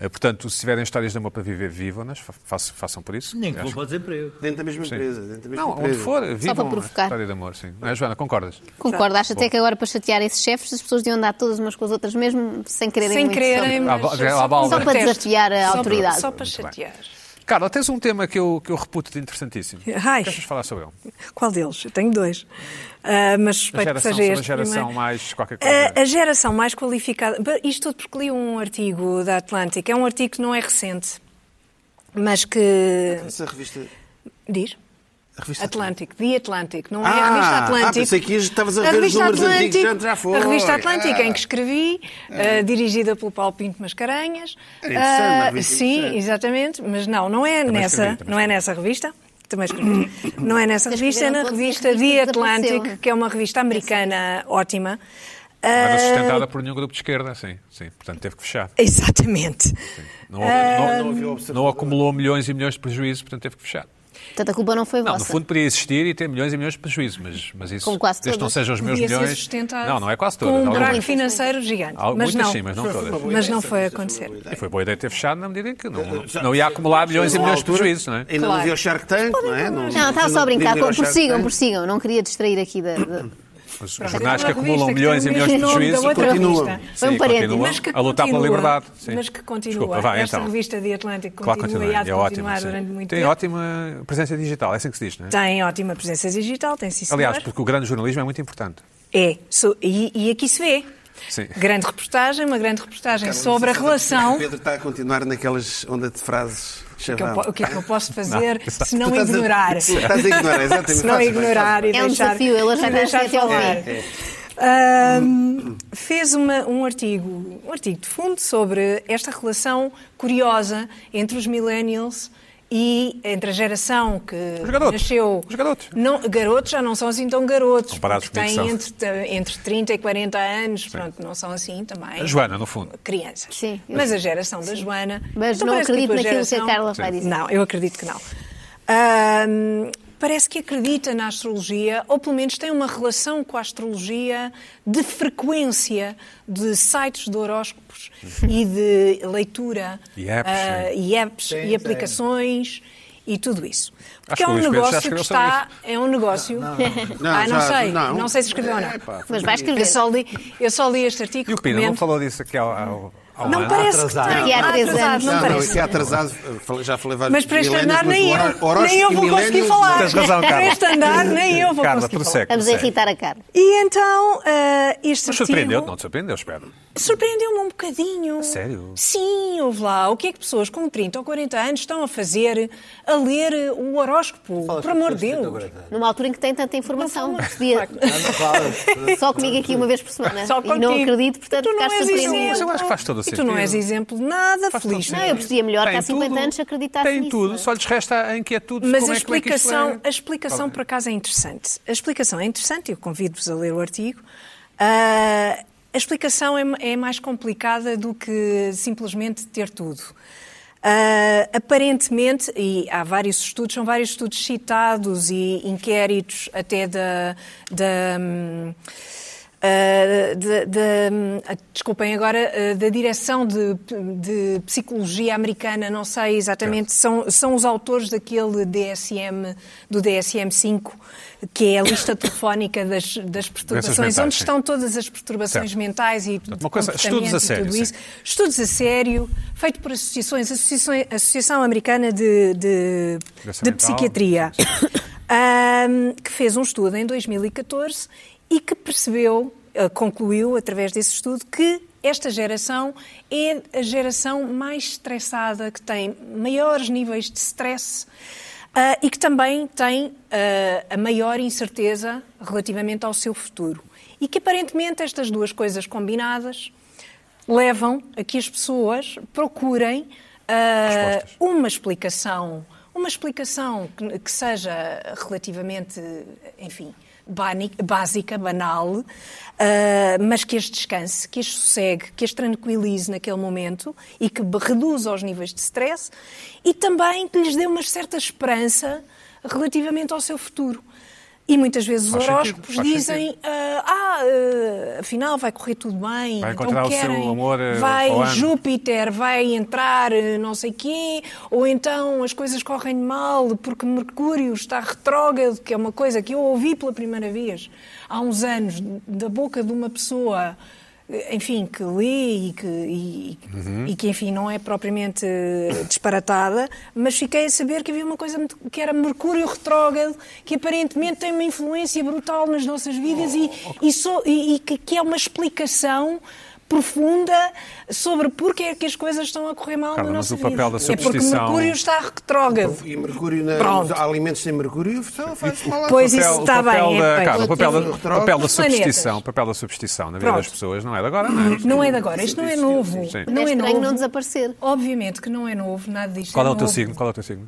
Eh, Portanto, se tiverem histórias de amor para viver, vivam-nas, fa- façam, façam por isso.
Nem que
Acho
vou para o desemprego.
Dentro da mesma empresa. Dentro da mesma
Não, onde
empresa.
for, vivam a
provocar.
história de amor, sim. Não é, Joana, concordas?
Concordo, acho até que agora para chatear esses chefes as pessoas deviam andar todas umas com as outras, mesmo sem quererem
Sem
muito.
quererem.
Só-
mas
Só para
como
Só para
protesto.
desafiar a
Só para-
autoridade.
Só para
é Muito bem.
chatear.
Carla, tens um tema que eu, que eu reputo de interessantíssimo.
Ai.
Queres falar sobre ele?
Qual deles? Eu tenho dois. Ah, mas
A
suspeito que
geração,
seja
sobre
este.
a geração
primeiro. Ah, Eh,
mais qualquer coisa.
A, a geração mais qualificada. Ba- Isto tudo porque li um artigo da Atlântica. É um artigo que não é recente, mas que.
Essa revista,
Diz?
A revista
é
Atlantic, The Atlantic, não é
Ah,
a revista
ah,
Atlantic.
pensei que estavas a rever os números antigos, já- já foi.
A revista Atlantic,
Ah.
em que escrevi,
Ah.
eh, dirigida pelo Paulo Pinto Mascarenhas.
É
Era interessante, uma
Ah,
revista
sim,
interessante.
exatamente, mas não, não é
Também
nessa,
escrevi, também
não é nessa revista. Também escrevi. Não é nessa
Mas
revista, é na
escreveram todos e esta
revista The
revista
Atlantic,
desapareceu.
que é uma revista americana ótima.
Não era
Ah,
sustentada por nenhum grupo de esquerda, sim. sim. Portanto, teve que fechar.
Exatamente.
Não,
Eh,
não- não acumulou milhões e milhões de prejuízos, portanto, teve que fechar.
Portanto, a culpa não foi
Não, no
vossa.
fundo poderia existir e ter milhões e milhões de prejuízos, mas, mas isso,
Como quase
desde que não
todas.
sejam os meus
Podia ser
milhões...
sustentado
Não, não é quase
Com
todas.
um buraco
algumas.
financeiro gigante.
Al-
mas
muitas
não.
sim, mas não todas.
Mas não foi acontecer.
E foi boa ideia ter fechado na medida em que não, não, não ia acumular milhões e milhões de prejuízos, não é?
Ainda não
Claro.
vi o Shark Tank, não
né,
é?
Não, estava só a brincar.
podíamos ir ao Shark
Prossigam,
Tank.
prossigam. Não queria distrair aqui da. da-
Os jornais que
Uma
acumulam
revista que
milhões e
tem o
milhões de
mesmo nome da
prejuízos
outra
continuam.
revista.
Foi um
Sim,
parênteses.
continuam
Mas que
a lutar pela
continua,
liberdade. Sim.
Mas que continua.
Desculpa, vai,
Esta
então.
revista de Atlântico
Claro,
continua
continua.
e há de
É
continuar
ótimo. sim.
durante muito
Tem
tempo.
ótima presença digital, é assim que se diz, não é?
Tem ótima presença digital, tem sim senhor.
Aliás, porque o grande jornalismo é muito importante.
É, so- e, e aqui se vê.
Sim.
Grande reportagem, uma grande reportagem sobre a
O
relação.
Pedro está a continuar naquelas onda de frases
O que eu
chavão.
po- o que é que eu posso fazer se não
Tu estás a-
ignorar?
tu estás a ignorar, exatamente.
Se não
Fazes É, bem,
ignorar e
É um
deixar,
desafio, ele já
e
está
deixar
até ao
falar.
fim.
Ahm, fez uma- um artigo, um artigo de fundo sobre esta relação curiosa entre os millennials e entre a geração que
Os garotos.
nasceu...
Os garotos.
Não, garotos já não são assim tão garotos.
Comparados
porque têm
comigo
entre, entre 30 e 40 anos, pronto, não são assim também
A Joana, no fundo.
crianças.
Sim.
Mas a geração da Joana.
Mas
Então
não
parece
acredito
a tua
naquilo que a Carla vai dizer.
Não, eu acredito que não. Ahm, parece que acredita na astrologia, ou pelo menos tem uma relação com a astrologia de frequência de sites de horóscopos e de leitura
E apps,
ah,
sim.
e, apps
Sim,
e
sim.
aplicações. E tudo isso. Porque
que
é
o
um
Luís Pedro já
negócio que
escreveu sobre
está. É um negócio.
Não,
ah, não
já-
sei.
não.
Não. sei se escreveu ou não.
Mas vai escrever.
Eu só, li, eu só li este artigo.
E o Pina não
recomendo.
falou disso aqui ao, ao, ao
Não
ano?
parece que
atrasado.
tem.
Há três
Atrasado,
anos.
Não,
Não, não,
parece.
isso é atrasado, eu falei- já falei vários
Mas para este
millennials,
andar
mas
nem eu,
hor- horóscopos
nem eu vou conseguir
millennials-
falar.
Tens razão,
para
Carla.
este andar nem eu vou
Carla,
conseguir
prossegue.
falar.
Estamos a
Sério.
irritar a cara.
E então, ah, este
Mas
artigo
surpreendeu-te? Não te surpreendeu, espero.
surpreendeu-me um bocadinho.
sério?
Sim, ouve lá. O que é que pessoas com 30 ou 40 anos estão a fazer a ler eh, o horóscopo? Por amor de Deus.
Numa altura em que tem tanta informação.
Então
Podia- Só comigo aqui uma vez por semana.
Só
e não
contigo.
acredito, portanto,
tu não
ficaste
és
Mas
exemplo.
surpreendido.
eu acho que faz todo o
E tu não
sentido.
és exemplo de nada, feliz.
Não, eu percebia melhor que
Tem
há 50
tudo.
anos acreditar
Tem
nisso,
tudo,
não é?
só lhes resta a inquietude. de
Mas
como
a
é que- como é que isto
explicação,
é.
a explicação por acaso é interessante. A explicação é interessante, eu convido-vos a ler o artigo. Ah, a explicação é, ma- é mais complicada do que simplesmente ter tudo. Ah, aparentemente, e há vários estudos, são vários estudos citados e inquéritos até da. da, hum, ah, da- da- hum, ah, desculpem agora, ah, da direção de, de psicologia americana, não sei exatamente, são, são os autores daquele DSM, do DSM-5, que é a lista telefónica das, das perturbações,
mentais,
onde
sim.
estão todas as perturbações
Certo.
mentais e de
uma coisa-
comportamento
estudos a sério,
e tudo
sim.
isso. Estudos a sério, feito por associações, associações Associação Americana de, de,
Doença
de
mental.
Psiquiatria, ahm, que fez um estudo em 2014 e que percebeu, eh, concluiu através desse estudo, que esta geração é a geração mais estressada, que tem maiores níveis de stress. ah, e que também tem ah, a maior incerteza relativamente ao seu futuro. E que aparentemente estas duas coisas combinadas levam a que as pessoas procurem ah,
Respostas.
uma explicação, uma explicação que, que seja relativamente, enfim, bani- básica, banal, ah, mas que as descanse, que as sossegue, que as tranquilize naquele momento e que be- reduza os níveis de stress e também que lhes dê uma certa esperança relativamente ao seu futuro. E muitas vezes os
Faz sentido,
horóscopos
faz
dizem ah, ah, ah, afinal vai correr tudo bem,
Vai
então
encontrar o seu
querem,
amor, eh,
vai
ao ano.
Júpiter vai entrar eh, não sei quê, ou então as coisas correm mal porque Mercúrio está retrógrado, que é uma coisa que eu ouvi pela primeira vez há uns anos da boca de uma pessoa, eh, enfim, que lê e que, e- e que, enfim, não é propriamente eh, disparatada, mas fiquei a saber que havia uma coisa muito- que era Mercúrio retrógrado, que aparentemente tem uma influência brutal nas nossas vidas e, e, só- e- e que- que é uma explicação profunda sobre porque é que as coisas estão a correr mal
Carla,
na
mas
nossa
o papel da
vida. é porque
superstição-
Mercúrio está retrógrado.
E mercúrio na,
Pronto.
alimentos sem mercúrio então faz mal à-
Pois
O papel-
isso está
o papel
bem. é,
da-
pois.
Carla, o papel, da,
Outro-
o papel da
Os planetas.
superstição, o papel da superstição na vida
Pronto.
das pessoas não é de agora, não é?
Não é de agora, isto não é novo.
Sim.
Não é
estranho
novo.
não desaparecer.
Obviamente que não é novo, nada disto.
Qual é o
novo.
teu signo? Qual é o teu signo?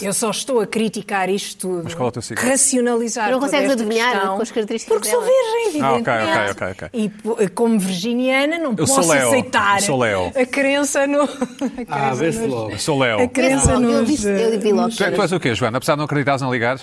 Eu só estou a criticar isto tudo.
Mas qual é o teu signo?
Racionalizar.
Tu não
toda
consegues
esta
adivinhar
questão,
com as características
Porque sou
dela.
virgem, evidentemente.
Ah, ok, ok, ok, ok.
E po- como virginiana, não
Eu sou
posso
Leo,
aceitar
eu sou Leo.
a crença no. a crença
Ah, veste
nos-
logo.
Eu sou Leo.
A
Tu,
crença
Eu- eu
nos-
disse- eu vi logo.
tu és o quê, Joana? Apesar de não acreditares, não ligares?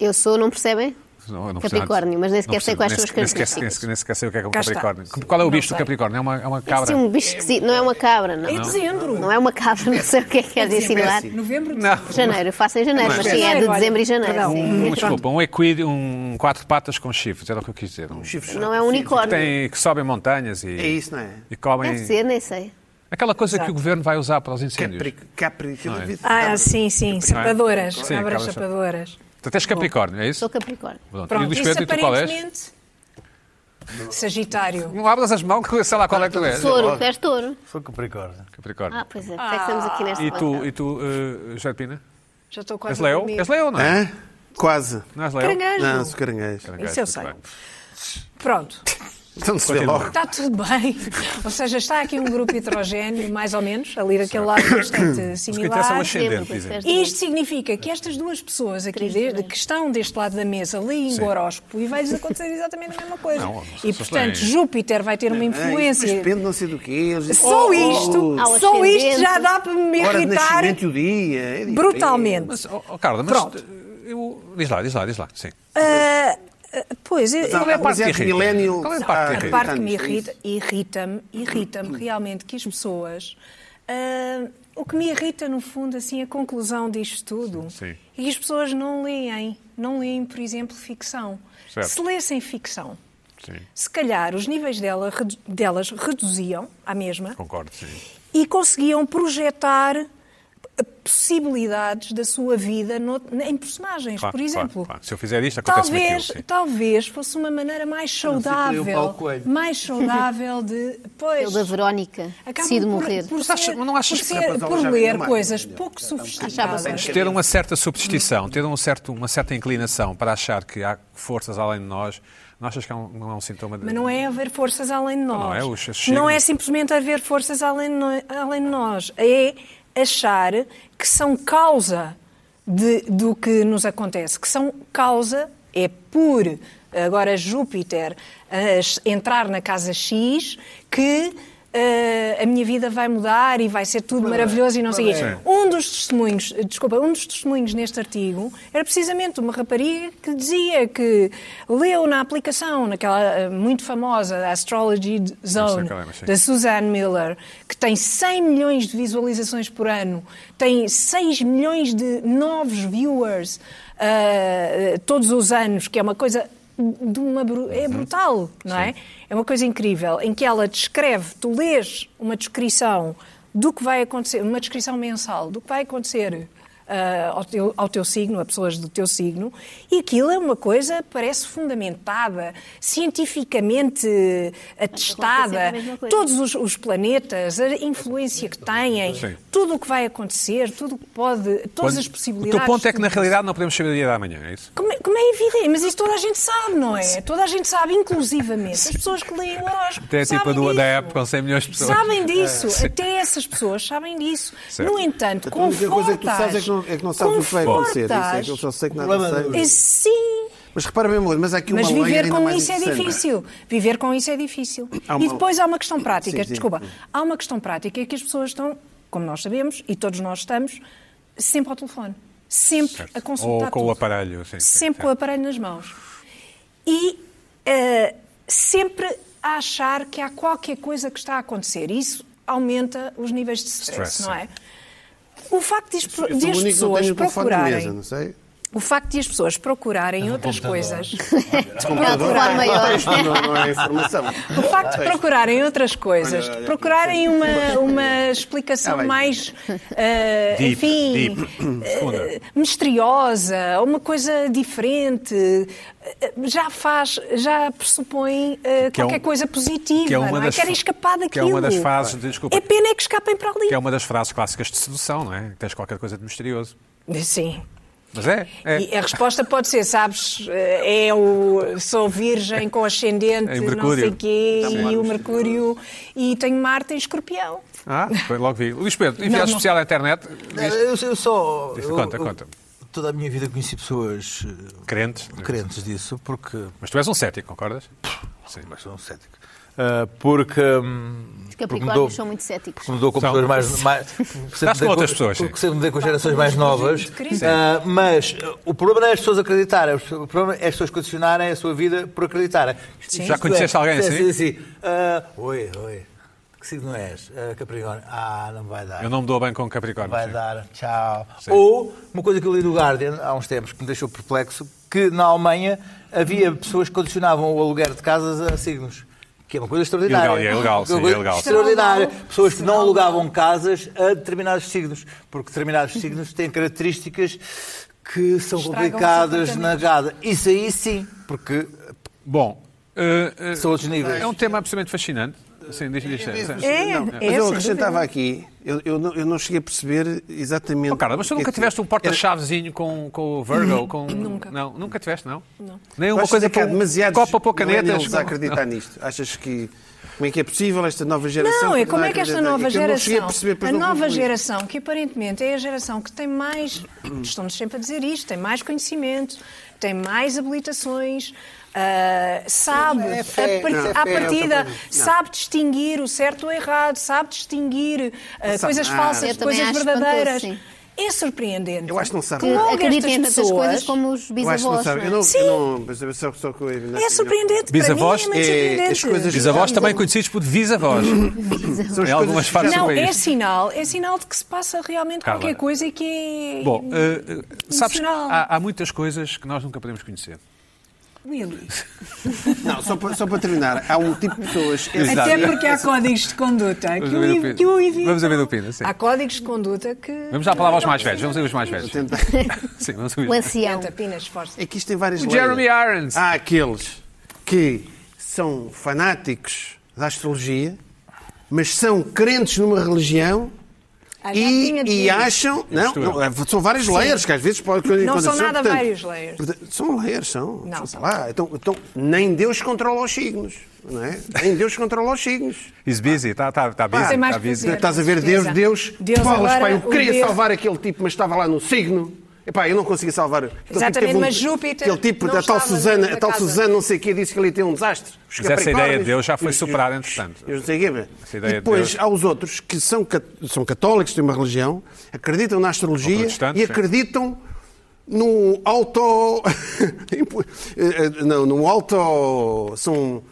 Eu sou, não percebem?
Não, eu não percebo nada.
Capricórnio, mas nem sequer
Não
sei
percebo.
quais
Nem
são as
sequer- nem sequer-
características.
Nem sequer- nem sequer sei o que é que é um
Cá está.
Capricórnio. Qual é o
Não
bicho do
sei.
Capricórnio? É uma, é uma
É
cabra?
assim um bicho esquisito, não é uma cabra, não.
É dezembro.
Não é uma cabra, não sei o que é que queres insinuar.
espécie.
Novembro de
Não.
Janeiro, eu faço em janeiro,
Não é.
mas sim, é de
Janeiro, olha.
dezembro e janeiro.
Perdão.
sim.
Um, desculpa, um equídeo, um quatro patas com chifres, era o que eu quis dizer. Um, que,
Chifres.
Não é um unicórnio.
tem, que sobem montanhas e,
É isso, não é?
e comem.
Deve ser, nem sei.
Aquela coisa que
Exato.
o governo vai usar para os incêndios.
Capri, capri,
é?
Ah, sim, sim. Sapadoras.
Sim,
Cabras
cabras-
sapadoras.
Tu tens Capricórnio, é isso?
Sou Capricórnio.
Pronto. E
Pronto,
Luís
isso
Pedro, e tu qual és?
aparentemente. Sagitário.
Não abras as mãos, que sei lá qual é que tu és.
Touro, tu és touro.
Foi Capricórnio.
Capricórnio.
Ah, pois é, por isso é que estamos aqui nesta
E tu,
bancada.
e tu eh, Jair Pina?
Já estou
És
quase. a
Leo?
dormir.
És Leo, não é?
Hã? Quase.
Não és Leo?
Caranguejo.
Não, sou caranguejo.
Caranguejo,
Isso eu
muito
sei.
bem.
Pronto.
Então se vê
Continua.
logo.
Está tudo bem. Ou seja, está aqui um grupo heterogéneo, mais ou menos, ali daquele lado bastante
Os que interessam é o
similar.
Dezembro,
ascendente,
pois,
dizem.
és de
Isto significa que estas duas pessoas aqui de- que estão deste lado da mesa leem o horóscopo e vai-lhes acontecer exatamente a mesma coisa.
Não, as
e,
pessoas
portanto,
têm-
Júpiter vai ter uma
Ah, isso
influência.
depende não sei do quê. eles-
Só
Oh,
isto,
oh, oh.
só isto
Ascendente.
já dá para me
oh, Hora de
irritar
nascimento e o dia. é diferente.
brutalmente.
Mas, oh, oh, Carla, mas.
Pronto.
eh, eu- Diz lá, diz lá, diz lá. Sim.
Ah, ah, pois, eu-
Não,
Qual é a
mas
parte
é
que
de
irrita?
millennial.
Qual é a parte
Ah,
que
A
irrita?
parte que me
Irrita-nos, é
irrita, irrita-me, irrita-me realmente que as pessoas. ah, o que me irrita, no fundo, assim, a conclusão disto tudo
Sim, sim.
é que as pessoas não leem, não leem, por exemplo, ficção.
Certo.
Se lessem ficção,
Sim,
se calhar os níveis dela redu- delas reduziam à mesma
concordo, sim.
e conseguiam projetar possibilidades da sua vida no- em personagens,
Claro,
por
claro,
exemplo.
claro. Se eu fizer isto, acontece
Talvez,
aquilo, sim.
talvez fosse uma maneira mais
eu Paulo
saudável,
Coelho.
mais saudável de, pois,
Eu da Verónica,
acabam
decido
por-
morrer.
por
Mas achas-
ser-
mas não achas
por,
que-
ser-
Rapaz, ela
por
já
ler
viu mais,
coisas
entendeu?
pouco
Achava bem.
sofisticadas.
Ter uma certa superstição, ter um certo, uma certa inclinação para achar que há forças além de nós, não achas que é um, não é um sintoma de.
Mas não é haver forças além de nós.
não é, os- chega-
Não é simplesmente haver forças além de, noi- além de nós. É achar que são causa de- do que nos acontece. Que são causa, é por agora Júpiter eh, entrar na casa X que. eh, a minha vida vai mudar e vai ser tudo maravilhoso e não sei o quê. Um dos testemunhos, eh, desculpa, um dos testemunhos neste artigo era precisamente uma rapariga que dizia que leu na aplicação, naquela eh, muito famosa Astrology Zone,
qual é, mas sim.
da Suzanne Miller, que tem 100 milhões de visualizações por ano, tem 6 milhões de novos viewers ah, todos os anos, que é uma coisa de uma bru- é brutal, não é? É uma coisa incrível, em que ela descreve, tu lês uma descrição do que vai acontecer, uma descrição mensal do que vai acontecer ah, ao, teu, ao teu signo, a pessoas do teu signo, e aquilo é uma coisa, parece fundamentada, cientificamente eh, atestada,
a mesma coisa.
todos os, os planetas, a influência que têm,
Sim.
tudo o que vai acontecer, tudo o que pode, todas
Quando-
as
O
possibilidades.
teu ponto é que, na
tudo.
realidade, não podemos saber o dia da manhã, é isso?
Como, é- como é evidente, mas isso toda a gente sabe, não é? Toda a gente sabe, inclusivamente as pessoas que leem o horóscopo.
Até tipo a
sabem
do,
disso.
da app com 100 milhões de pessoas. É,
Sabem disso, até essas pessoas sabem disso.
Certo.
No entanto,
Então, A única coisa que tu sabes é que não,
confortas-
é que não sabes o que vai acontecer. Isso é que eu só sei que nada
Confortas.
É,
sei.
Sim,
Mas repara bem, uma coisa, mas há aqui uma
mas
lei
viver
ainda
com
mais
isso é
interessante.
difícil. Viver com isso é difícil.
Há uma-
E depois há uma questão prática,
Sim, sim.
desculpa. Há uma questão prática é que as pessoas estão, como nós sabemos, e todos nós estamos, sempre ao telefone. Sempre a consultar
Ou com
tudo
o aparelho, sim. sim,
sempre
sim.
com o aparelho nas mãos. E eh, sempre a achar que há qualquer coisa que está a acontecer. Isso aumenta os níveis de stress,
Stress,
não é? O facto de, as-
Eu
de
sou o único que
as
não
pessoas
tenho o telefone de
procurarem.
mesa, não sei?
O facto de as pessoas procurarem outras coisas,
Não, de forma maior.
Não, não é informação.
o facto de procurarem outras coisas, de procurarem uma, uma explicação mais, eh,
Deep,
enfim, eh,
deep. Profunda.
misteriosa, uma coisa diferente, eh, já faz, já pressupõe eh,
Que é um-
qualquer coisa positiva,
que é uma
não é?
das-
querem escapar daquilo.
que é uma das fases de- desculpa.
É pena é que escapem para ali.
Que é uma das frases clássicas de sedução, não é? Tens qualquer coisa de misterioso.
Sim.
Mas é, é.
E a resposta pode ser, sabes, eh, é o sou virgem com ascendente,
Em
não sei
É Mercúrio.
o quê,
Sim.
e o Mercúrio, e tenho Marte em escorpião.
Ah, foi, logo vi. Luís Pedro, enviado
não.
especial à internet.
Eu, eu só.
Diz,
eu-
conta,
eu-
conta.
Toda a minha vida conheci pessoas eh,
Crentes.
crentes disso, porque.
Mas tu és um cético, concordas? Sim.
Mas sou um cético. Ah, porque. hum,
Os
porque
Capricórnios
mudou-
são muito céticos.
porque mudou com
São.
pessoas mais. mais
Estás com outras pessoas,
Porque
sim.
sempre mudei com gerações mais novas. Ah, mas ah, o problema não é as pessoas acreditarem, o problema é as pessoas condicionarem a sua vida por acreditarem. Isto
Já
é,
conheceste alguém assim?
Sim, sim. Ah, oi, oi. Que signo és? Ah, Capricórnio. Ah, não vai dar
Eu não me dou bem com Capricórnio.
vai
sim.
dar, tchau. Ou, uma coisa que eu li do Guardian há uns tempos que me deixou perplexo, que na Alemanha havia pessoas que condicionavam o aluguer de casas a signos. Que é uma coisa extraordinária.
Ilegal, é ilegal, sim,
Uma coisa
é ilegal.
Extraordinária. Pessoas que não alugavam casas a determinados signos, porque determinados signos têm características que são
Estragam-se
complicadas na casa. Isso aí sim, porque
Bom, eh, eh,
são outros níveis.
é um tema absolutamente fascinante. Assim, diz, diz, diz, diz.
É, é,
Mas eu
sem
acrescentava
dúvida.
aqui, eu, eu não, eu não cheguei a perceber exatamente.
Oh, Carla, mas tu
o que é
nunca
que-
tiveste um porta-chavezinho com, com o Virgo? Com... Nunca. Não, nunca tiveste, não? Não. Nem É uma
Achas
coisa
é
que há
com
demasiados
copa para canetas.
millennials a acreditar nisto. Achas que. Como é que é possível esta nova geração?
Não, é
continuar
como
a
é que esta
acreditar?
nova
É que eu não cheguei
geração,
a perceber, pois
a
não
nova
concluí.
geração, que aparentemente é a geração que tem mais, estamos sempre a dizer isto, tem mais conhecimento, tem mais habilitações, ah, sabe,
É fé,
a par-
não, é
à
fé, é outra
coisa.
partida,
Não.
sabe distinguir o certo do errado, sabe distinguir ah,
Não sabe
coisas
nada.
Eu
falsas,
também
coisas
acho
verdadeiras.
espantoso,
É surpreendente.
Eu acho que não sabe
Que
nada.
logo
Eh, Acreditem em
estas
tantas coisas
pessoas-
como os
Eu acho que não
bisavós.
sabe. Eu
não
não.
é?
Sim.
eu não- mas eu só- só que eu-
É surpreendente.
Bisavós
para mim é, muito
é-
surpreendente.
as coisas-
Bisavós também conhecidos por bisavós.
São as
Em algumas
coisas-
fases do
Então, Não,
país.
é sinal, é sinal de que se passa realmente
Carla.
qualquer coisa e que é.
Bom, eh, eh, sabes que
Emocional.
há, há muitas coisas que nós nunca podemos conhecer.
Really.
eh,
Não, só para, só para terminar, há um tipo de pessoas.
Exato.
Até porque há códigos de conduta
Vamos
que
a ver o
o,
Pina.
que o evitam.
Vamos a ver o Pina, sim.
Há códigos de conduta que.
Vamos à palavra aos mais velhos. Vamos ouvir os mais velhos. Sim, vamos ouvir.
O ancião.
Tenta, Pina, esforça.
É que isto tem várias
O Jeremy
leias.
Irons.
Ah.
Há aqueles que são fanáticos da astrologia, mas são crentes numa religião
Ah, já
e,
tinha
e
dito.
acham. Não, não, é- são vários layers que às vezes pode. quando-
Não
quando
são
são,
nada
portanto,
vários layers.
portanto, São layers, são.
Não,
são,
são.
lá. Então, então, nem Deus controla os signos, não é? Nem Deus controla os signos.
He's busy. Está tá, tá busy.
Tem mais
tá busy.
que fazer.
Estás a ver Deus,
Exato.
Deus,
Deus
bolas,
agora,
pá, eu
o
queria
Deus-
salvar aquele tipo, mas estava lá no signo. Epá, eu não conseguia salvar. Aquele tipo
Exatamente,
teve
mas Júpiter
Aquele tipo,
não
da tal
estava
Susana,
na
a tal
casa.
Susana, não sei o quê, disse que ele tinha um desastre.
Mas
Os
essa ideia de
Capricórnios,
Deus já foi
os-
superada,
os-
entretanto.
Eu não sei o quê, mas-
Essa ideia
E
de
depois
Deus.
há os outros que são, cat- são católicos, têm uma religião, acreditam na astrologia
protestantes,
e
sim.
acreditam no auto. não, no auto. São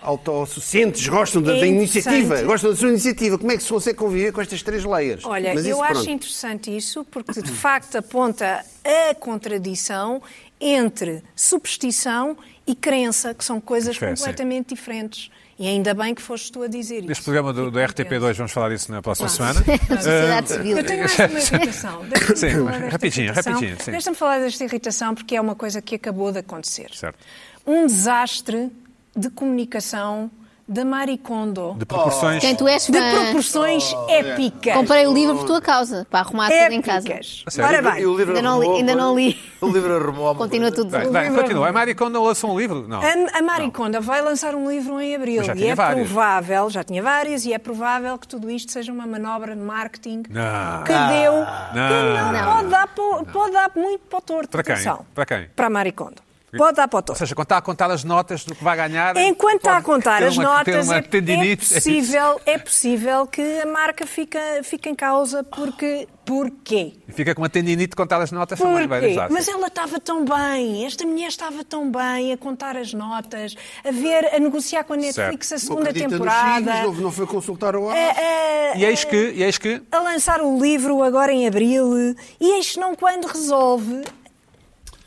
autossuficientes, gostam da,
É
da iniciativa.
interessante.
Gostam da sua iniciativa. Como é que se consegue conviver com estas três layers?
Olha,
Mas
eu
isso,
acho
pronto.
interessante isso porque de facto aponta a contradição entre superstição e crença, que são coisas
Fé, sim.
completamente diferentes. E ainda bem que foste tu a dizer
Neste
isso.
programa do, do RTP2 vamos falar disso na próxima
Claro.
semana. Eh,
Sociedade
Eh,
civil.
Eu tenho mais uma irritação. Deixa-me
Sim,
falar desta
rapidinho,
irritação.
rapidinho, sim.
Deixa-me falar desta irritação porque é uma coisa que acabou de acontecer.
Certo.
Um desastre de comunicação da Marie Kondo.
De proporções.
Quem tu és
De
fã.
proporções épicas.
Comprei o livro por tua causa, para arrumar tudo em casa.
Épicas.
sério?
Ora bem.
E o livro
Ainda não li-
arrumou-
ainda não li.
O livro arrumou alguma
Continua
coisa?
tudo.
Bem,
um
bem, continua. A Mari Kondo lançou um livro? Não.
A, a Marie Kondo vai lançar um livro em abril
Mas já
e
tinha
é
vários.
provável, já tinha vários, e é provável que tudo isto seja uma manobra de marketing
Não.
que deu.
Não.
que não, Pode, dar po- pode dar muito para o torto.
Para quem?
atenção.
Para quem?
Para a Marie Kondo. Pode dar para o
Ou
torto.
seja, quando está a contar as notas do que vai ganhar.
Enquanto está a
pode
contar
ter
as
uma- ter
notas,
uma
é, é,
tendinite.
possível, é possível que a marca fique, fique em causa porque. Porquê?
E fica com uma tendinite de contar as notas. são mais
Porquê?
velhas, já.
Mas ela estava tão bem, esta mulher estava tão bem a contar as notas, a ver, a negociar com a Netflix
Certo.
a
Não
segunda
acredita nos
temporada, É,
signos, não, não foi consultar o ar.
a, a-
E eis que, e eis que
um a lançar o livro agora em abril, e eis não quando resolve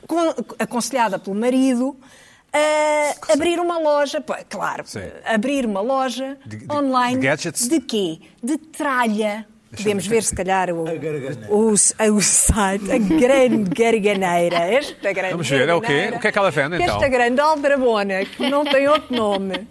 con- aconselhada pelo marido, a abrir uma loja, pá, claro,
Sim.
abrir uma loja
De- de-
online
de gadgets?
de quê? De tralha. Podemos ver, se calhar, o,
garganeira.
o, o site, a grande garganeira. Esta grande
Vamos ver, é o quê?
garganeira.
O que é que ela vende, então?
Esta grande aldrabona, que não tem outro nome,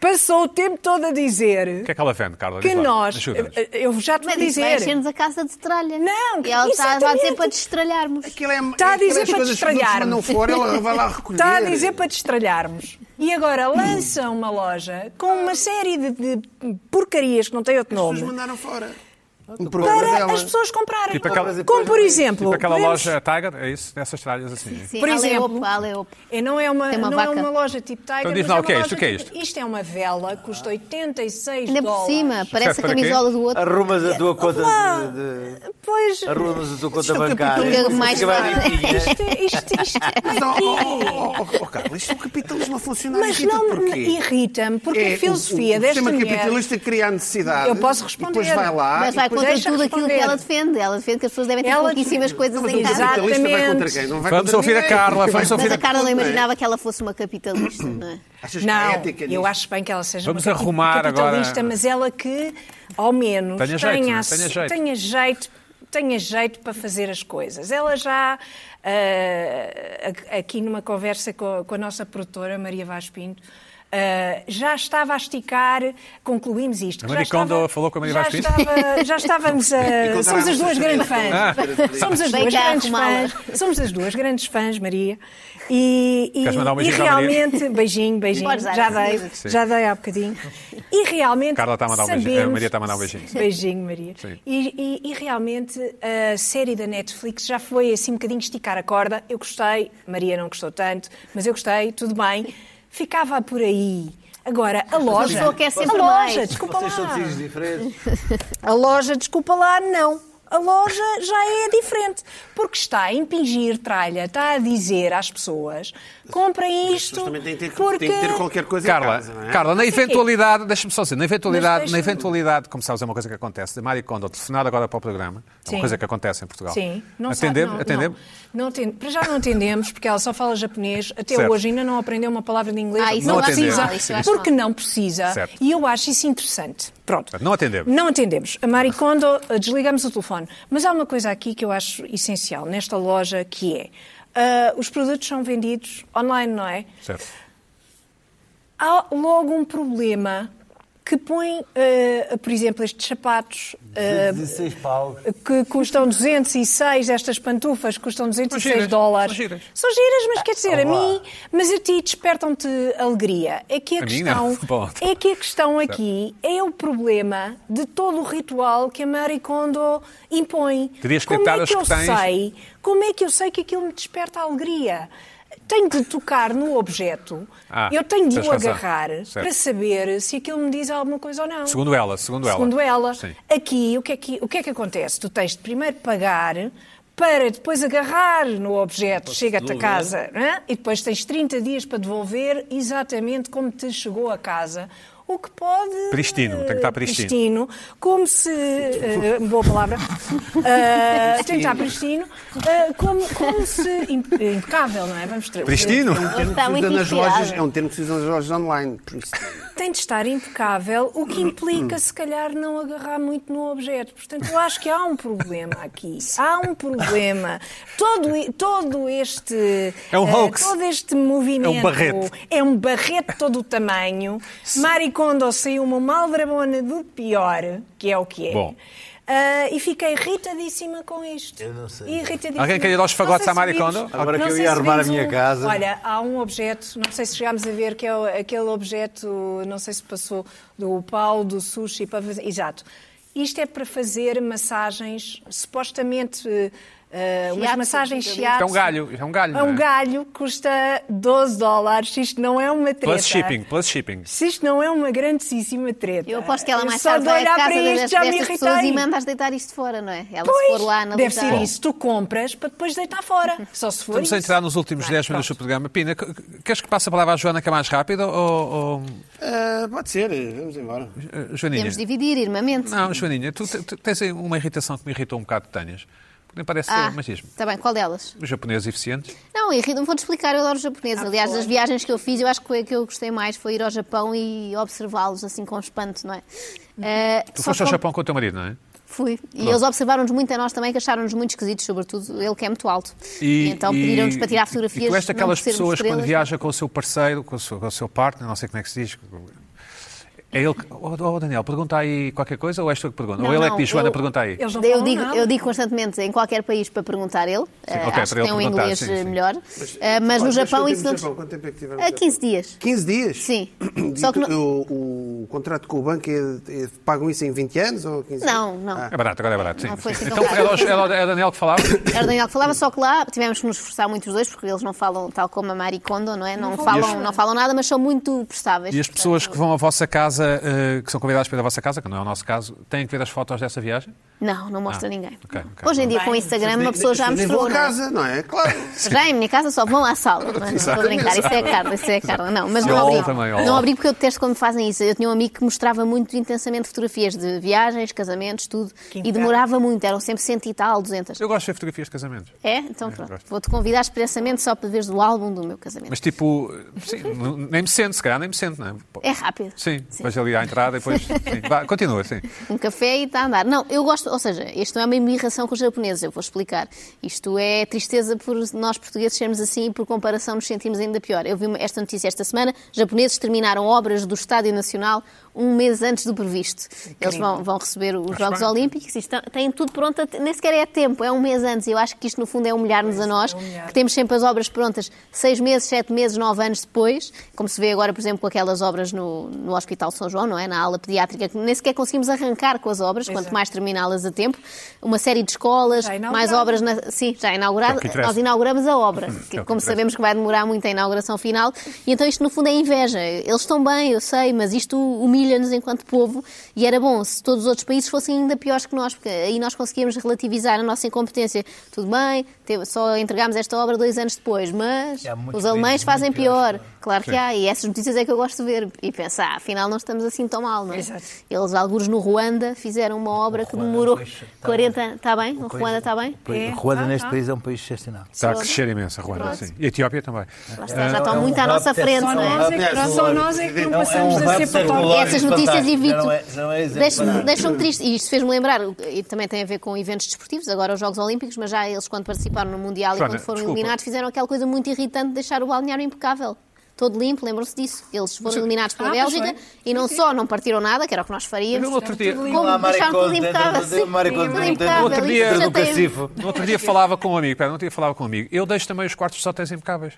passou o tempo todo a dizer
O que é que ela vende, Carla?
que
Diz lá,
nós. eh,
ajuda-nos.
Eu já te vou
Mas é isso vai
dizer.
encher-nos a casa de tralha.
Não,
E ela está a dizer
exatamente.
para destralharmos.
Aquilo é,
Está tá a dizer
aquelas
para
coisas que quando
destralhar-me.
não for, ela vai lá recolher.
Está a dizer para destralharmos. E agora lança uma loja com uma série de, de porcarias que não tem outro
As pessoas
nome
mandaram fora. Um programa
para
dela.
as pessoas comprarem.
Tipo aquela-
Como, por exemplo,
Tipo aquela
podemos-
loja Tiger, é isso? Dessas tralhas assim.
Sim,
Por
a Leopo,
exemplo-
a Leopo.
E não é uma,
Tem uma
não é
vaca.
uma loja tipo Tiger.
Então diz
mas
lá,
é
o que é
uma
isto?
loja
O que é
tipo- Isto é uma vela, custa 86
Ainda por
dólares.
cima,
é
parece a
para quê?
camisola do outro.
Arrumas a tua conta
Olá.
de... de-
Pois.
Arrumas a tua conta
é o
bancária.
capitalismo. Fica mais
Fica bem
fácil.
limpinha.
é.
Isto, isto, isto,
é Mas, oh, oh, oh, oh, oh, Carla, isto é o capitalismo a funcionar.
Mas
irrita
não
porquê?
irrita-me, porque
É,
a
o,
filosofia
o, o
desta
sistema
mulher...
capitalista cria a necessidade.
Eu posso
e Depois
responder.
vai lá.
Mas
e
vai
depois-
contra
deixa
tudo aquilo que
responder.
ela defende. Ela defende que as pessoas devem ter
Ela
pouquíssimas coisas
Mas
em
o
casa.
Exato.
capitalista vai
Exatamente.
contra quem? Não vai
Vamos
contra
ouvir a
ninguém.
Carla, vamos
Mas
ouvir
a Carla não
Não é?
imaginava que ela fosse uma capitalista, não é?
Achas que a
Não,
ética
eu
nisto-
acho bem que ela seja
Vamos
uma capi-
arrumar
capitalista,
agora-
mas ela que, ao menos,
Tenha
tenha,
jeito, não é?
ass-
Tenha jeito.
tenha jeito- tenha jeito para fazer as coisas. Ela já, ah, a- aqui numa conversa co- com, a nossa produtora, Maria Vaz Pinto, ah, já estava a esticar, concluímos isto.
A
que já
Maria Kondo
estava-
falou com a Maria
já
Vaz Pinto?
estava- já estávamos a. Somos as duas grandes fãs. Somos as
Vem
duas
cá
grandes
arrumá-la.
fãs. Somos as duas grandes fãs, Maria. E, e-
Queres mandar um
e
beijinho à Maria?
realmente, beijinho, beijinho,
Podes dar
já
essa
dei,
vida.
Sim.
já dei há bocadinho. E realmente.
Carla está a mandar um beijinho.
sabemos-
A Maria está a mandar um beijinho.
Beijinho, Maria.
Sim.
E, e- e realmente a série da Netflix já foi assim um bocadinho esticar a corda. Eu gostei, Maria não gostou tanto, mas eu gostei, tudo bem. Ficava por aí. Agora, a loja.
pessoa quer
a
é sempre
loja,
mais.
desculpa
Vocês são
lá.
decisos diferentes.
Ah,
A loja, desculpa lá, não. A loja já é diferente, porque está a impingir tralha, está a dizer às pessoas, comprem isto,
Mas também tem que ter, tem
porque...
que ter qualquer coisa em
Carla,
casa, não é?
Carla, na
Sim.
eventualidade, deixa-me só dizer, na eventualidade,
Mas
na
deixa-me-
eventualidade, como sabes, é uma coisa que acontece, de Mário Kondo telefonada agora para o programa, é uma
Sim.
coisa que acontece em Portugal.
Sim, não sabe-
atendemos,
não,
atendemos.
Não, não atende- para já não entendemos, porque ela só fala japonês, até
Certo.
hoje ainda não aprendeu uma palavra de inglês,
Ah, isso
eu
não
acho
precisa,
mal,
isso é eu acho
porque
mal.
não precisa,
Certo.
e eu acho isso interessante. Pronto.
Não atendemos.
Não atendemos. A Maricondo, desligamos o telefone. Mas há uma coisa aqui que eu acho essencial nesta loja, que é, ah, os produtos são vendidos online, não é?
Certo.
há logo um problema que põe, eh, por exemplo, estes sapatos eh,
16 pau.
que custam 206, estas pantufas que custam 206
São giras,
dólares.
são giras.
São giras, mas quer dizer, a
Olá.
mim, mas a ti despertam-te alegria. É que a,
A mim não.
questão,
Bom.
é que a questão aqui é o problema de todo o ritual que a Marie Kondo impõe.
Querias
como
captar
é
os
que eu
que tens?
sei? Como é que eu sei que aquilo me desperta alegria? Tenho de tocar no objeto,
Ah,
eu tenho de
tens
o
razão.
agarrar
Certo.
para saber se aquilo me diz alguma coisa ou não.
Segundo ela, segundo ela.
Segundo ela.
Sim.
Aqui, o que, é que, o que é que acontece? Tu tens de primeiro pagar para depois agarrar no objeto, chega-te a casa, não é? e depois tens 30 dias para devolver exatamente como te chegou a casa. O que pode.
Pristino, tem que estar pristino.
Pristino, como se. eh, boa palavra. Eh, tem que estar pristino. eh, como, como se. impe- Impecável, não é? Vamos tra-
Pristino?
Está Tá muito
Usa nas lojas,
inspirada.
é um termo que se usa nas lojas online. por isso.
tem de estar impecável, o que implica, se calhar, não agarrar muito no objeto. Portanto, eu acho que há um problema aqui. Há um problema. Todo, e- todo este.
É um
eh,
hoax.
Todo este movimento.
É um barrete.
É um barrete de todo o tamanho. Maricondo saiu uma maldrabona do pior, que é o que é.
Bom.
Ah, e fiquei irritadíssima com isto.
Eu não sei.
Irritadíssima.
Alguém quer ir aos fagotes
Não sei
à
se
Maricondo?
vimos-
Agora
não
que eu
sei
ia
se
arrumar a
vimos
minha casa.
Olha, Olha, há um objeto, não sei se chegámos a ver, que é o- aquele objeto, não sei se passou do pau, do sushi, para fazer. Exato. Isto é para fazer massagens, supostamente. eh, eh, umas
Shiatsu,
massagens
fica
shiatsu.
É um galho, é um galho,
É
não
um
é?
galho, custa 12 dólares. Isto não é uma treta.
Plus shipping, plus shipping.
Se isto não é uma grandíssima treta.
Eu aposto que ela mais
só
tarde
de
vai à
olhar
casa
para isto
destas,
já me
destas pessoas
irritei.
e manda-as deitar isto fora, não é? Ela se
Pois,
for lá na
deve ser
lutar.
isso. Tu compras para depois deitar fora. Só se for
Estamos
isso.
a
É
entrar nos últimos
Vai,
10 minutos do programa. Pina, c- c- queres que passe a palavra à Joana, que é mais rápida? Ou, ou...
Ah, pode ser, vamos embora.
eh, Joaninha?
Temos de dividir, irmamente.
Não, Joaninha, tu, te- tu tens aí uma irritação que me irritou um bocado que tenhas. Nem parece
Ah,
ser, mas diz-me.
está bem, qual delas?
Os japoneses eficientes?
Não, e não vou-te explicar, eu adoro os
Ah,
japoneses. Aliás, das viagens que eu fiz, eu acho que o que eu gostei mais foi ir ao Japão e observá-los assim com espanto, não é?
Uhum.
Eh,
Tu
só
foste ao
com-
Japão com o teu marido, não é?
Fui. E eles observaram-nos muito a nós também, que acharam-nos muito esquisitos, sobretudo ele que é muito alto.
E-
E, então pediram-nos
e-
para tirar
E
fotografias.
tu és
não
daquelas
por sermos
pessoas quando
estrelas.
viaja com o seu parceiro, com o seu, com o seu partner, não sei como é que se diz. É ele que. Oh, oh, Daniel, pergunta aí qualquer coisa ou és tu que pergunta?
Não,
ou ele é que
não,
diz, Joana,
eu-
pergunta aí.
Eles não
Eu
falam
digo,
nada.
eu digo constantemente em qualquer país para perguntar ele. Eh,
ok,
acho
para ele
que tem um
perguntar,
inglês
sim,
eh,
sim.
melhor. Eh, mas no
Olha,
Japão
quanto tempo
isso não.
no Japão? Quanto tempo é que tiveram no
Há
Japão?
15 dias.
15 dias?
Sim.
E
Só que
tu-
não-
o, o contrato com o banco é, é- pagam isso em 20 anos ou 15
Não,
anos?
não.
Ah,
É barato, agora é barato, sim.
Ah, foi assim
então
tão caro.
era, o- era o- era o Daniel que falava?
Era o Daniel que falava, só que lá tivemos que nos esforçar muito os dois, porque eles não falam tal como a Marie Kondo, não é? Não, falam, não falam nada, mas são muito prestáveis.
E as pessoas que vão à vossa casa, eh, que são convidadas para ir à vossa casa, que não é o nosso caso, têm que ver as fotos dessa viagem?
Não, não mostra ninguém.
Ah, ok, ok.
Hoje em dia, com o Instagram, uma pessoa já
nem vou
mostrou.
a
não é?
casa, não é? Claro.
Já em minha casa só vão à sala. Não, é? não estou a brincar, isso é Carla, isso é Carla. Não, mas
Sim,
não
ao
abrigo.
também, ao
Não
ao.
abrigo porque eu detesto quando fazem isso. Eu tinha um amigo que mostrava muito intensamente fotografias de viagens, casamentos, tudo. E
inferno.
demorava muito, eram sempre 100 e tal, 200.
Eu gosto de ver fotografias de casamentos.
É? Então pronto.
gosto.
Vou-te convidar expressamente só para veres o álbum do meu casamento.
Mas tipo, sim, n- nem me sento, se calhar nem me sento, não é?
É rápido.
Sim, vejo ali à entrada e depois. Sim. Vá, continua, sim.
um café e está a andar. Não, eu gosto, ou seja, isto não é uma imigração com os japoneses, eu vou explicar. Isto é tristeza por nós portugueses sermos assim e por comparação nos sentimos ainda pior. Eu vi uma- esta notícia esta semana, japoneses terminaram obras do Estádio Nacional um mês antes do previsto. Eles vão, vão receber os Jogos
bem.
Olímpicos e estão- têm tudo pronto, a- nem sequer é tempo, é um mês antes. E Eu acho que isto no fundo é humilhar-nos a nós, que temos sempre as obras prontas seis meses, sete meses, nove anos depois, como se vê agora, por exemplo, com aquelas obras no, no Hospital São João, não é? Na ala pediátrica, que nem sequer conseguimos arrancar com as obras, quanto mais terminá-las a tempo. Uma série de escolas,
Já inaugurado.
mais obras, na- sim, já inaugurada.
Que é o que interessa.
Nós inauguramos a obra,
Uhum.
que,
É
que
como
interessa.
sabemos que vai demorar muito a inauguração final, e então isto no fundo é inveja. Eles estão bem, eu sei, mas isto humilha-nos enquanto povo, e era bom se todos os outros países fossem ainda piores que nós, porque aí nós conseguíamos relativizar a nossa incompetência. Tudo bem, te- só entregámos esta obra dois anos depois, mas
E há muitos
os alemães
países
fazem
muito
pior.
piores, é?
Claro que há, e essas notícias é que eu gosto de ver, e pensar, ah, afinal não estamos assim tão mal, não é?
Exato.
Eles, alguns no Ruanda, fizeram uma obra que
Ruanda, tá
demorou
pois, está
40 anos. Está bem? O
Coisa-
Ruanda está bem?
É.
Ruanda
Ah,
neste
tá.
país é um país excepcional.
Está a crescer imenso a Ruanda, sim. E a Etiópia também. Eh,
Lá
É,
está, já
um
estão Tá muito à nossa frente,
Só
não é?
nós é que,
Aliás,
só nós é que não
é um
passamos a
rap
ser patóquia.
tecnológico
Essas notícias
fantástico.
evito.
Já é não é- já não é exemplo para
Deixa-
nada.
Deixam-me triste. E isto fez-me lembrar, e também tem a ver com eventos desportivos, agora os Jogos Olímpicos, mas já eles, quando participaram no Mundial
Joana,
e quando foram
desculpa.
eliminados, fizeram aquela coisa muito irritante de deixar o balneário impecável. Todo limpo, lembram-se disso. Eles foram eliminados pela
Ah, pois
Bélgica
foi.
e não só não partiram nada, que era o que nós faríamos.
No outro dia,
tudo
Como
Lá a Marie
deixaram tudo
Kondo
impecável.
dentro do-
sim,
Marie Kondo
tudo
dentro do-
impecável.
Outro
Isto
dia-
já
Dentro do
tem-
cacifo.
no outro dia falava com um amigo, pera, no outro dia falava com um amigo. Eu deixo também os quartos dos hotéis impecáveis.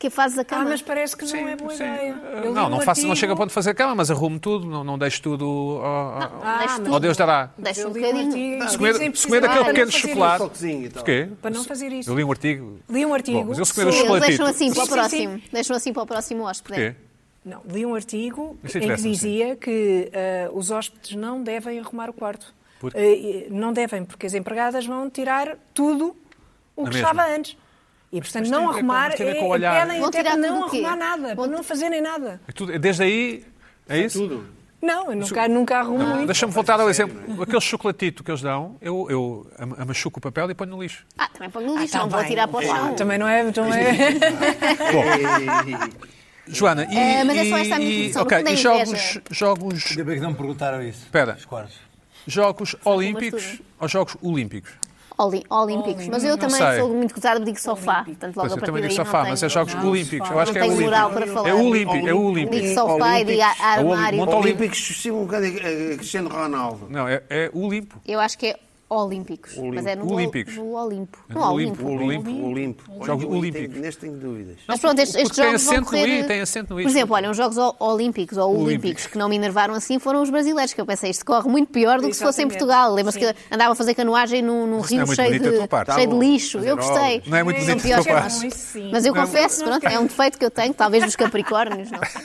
Que fazes a
Ah,
cama.
mas parece que não é boa
Sim. Ah, Eh,
ideia. Eu li
Não,
um
não, faço, não
artigo-
chego a ponto de fazer cama, mas arrumo tudo, não, não deixo tudo. ao- ao-
Ah,
Deixo
mas
ao Oh, Deus dará.
Deixa
eu
um
li um artigo
bocadinho.
e
comer-
dizem
se comer
precisar
aquele
para
um pequeno
não fazer
chocolate.
isso.
Socozinho
então.
e tal.
O quê?
Para não fazer isso.
Eu li um artigo.
Li um artigo.
Bom, mas eu se comer os
sobre-
Eles
chocolatitos.
deixam assim para o
Sim, sim,
próximo. Deixam assim para o próximo hóspede.
Quê?
Não, li um artigo
Isso
em que
interessa-me, sim.
dizia que ah, os hóspedes não devem arrumar o quarto.
Por-
Ah, e- não devem, porque as empregadas vão tirar tudo o
Na
que
mesma.
estava antes. E, portanto,
Mas tem
não
a ver com-
arrumar,
mas tem a
é,
ver com o olhar.
pedem
Vão
até para
tirar
não
tudo o quê?
arrumar nada, para não fazerem nada.
É tudo- Desde aí. É isso? Tudo.
Não, eu nunca, nunca arrumo muito.
Deixa-me voltar ao exemplo. Aquele chocolatito que eles dão, eu, eu am- amachuco o papel e ponho no lixo.
Ah, também põe no
Ah,
lixo,
tá
não vou
bem.
tirar para o
Ah,
chão.
Também não é... Não é...
Joana, e.
É, mas é só
e-
esta a minha definição,
Ok,
não me
e
dê
jogos,
inveja.
jogos,
Ainda bem que não me perguntaram isso.
Espera.
Os quartos.
jogos olímpicos
tudo.
ou jogos olímpicos?
Oli- Olímpicos. Mas eu também
sei.
sou muito gozada, digo sofá. Portanto, logo
Pois,
a
eu
partir
também
daí
digo
não
sofá,
tenho.
mas é jogos olímpicos. Eu acho que é
tenho
olímpico.
moral para falar.
É olímpico, é
Digo
olímpico.
sofá e digo a-
É o
armário.
Monte Olímpico.
Olímpicos, sim, um bocado eh, eh, Cristiano Ronaldo.
Não, é, é Olimpo.
Eu acho que é Olímpicos. Mas é no,
Olímpicos.
no Olimpo.
É
No
no
Olimpo.
Olimpo.
Olimpo, Olimpo.
Jogos
Olha, eu
olímpicos.
tenho- Neste tenho dúvidas.
Mas pronto, estes,
porque
estes
tem
jogos vão
acento no
correr...
i, tem acento no i.
Por exemplo, olha, os Jogos o- Olímpicos ou
Olímpicos.
Olímpicos que não me enervaram assim foram os brasileiros, que eu pensei, isto corre muito pior do que se fosse em
Exatamente.
Portugal. Lembra-se
Sim.
que andava a fazer canoagem num, num
não é
rio
muito
cheio,
bonito da tua parte.
de, cheio
Tá
de
bom.
lixo.
Fazer
Eu gostei.
Não é muito
São
bonito que eu
piores que
faço.
Não, isso sim.
Mas eu
Não.
confesso, pronto, é um defeito que eu tenho, talvez dos Capricórnios, não sei.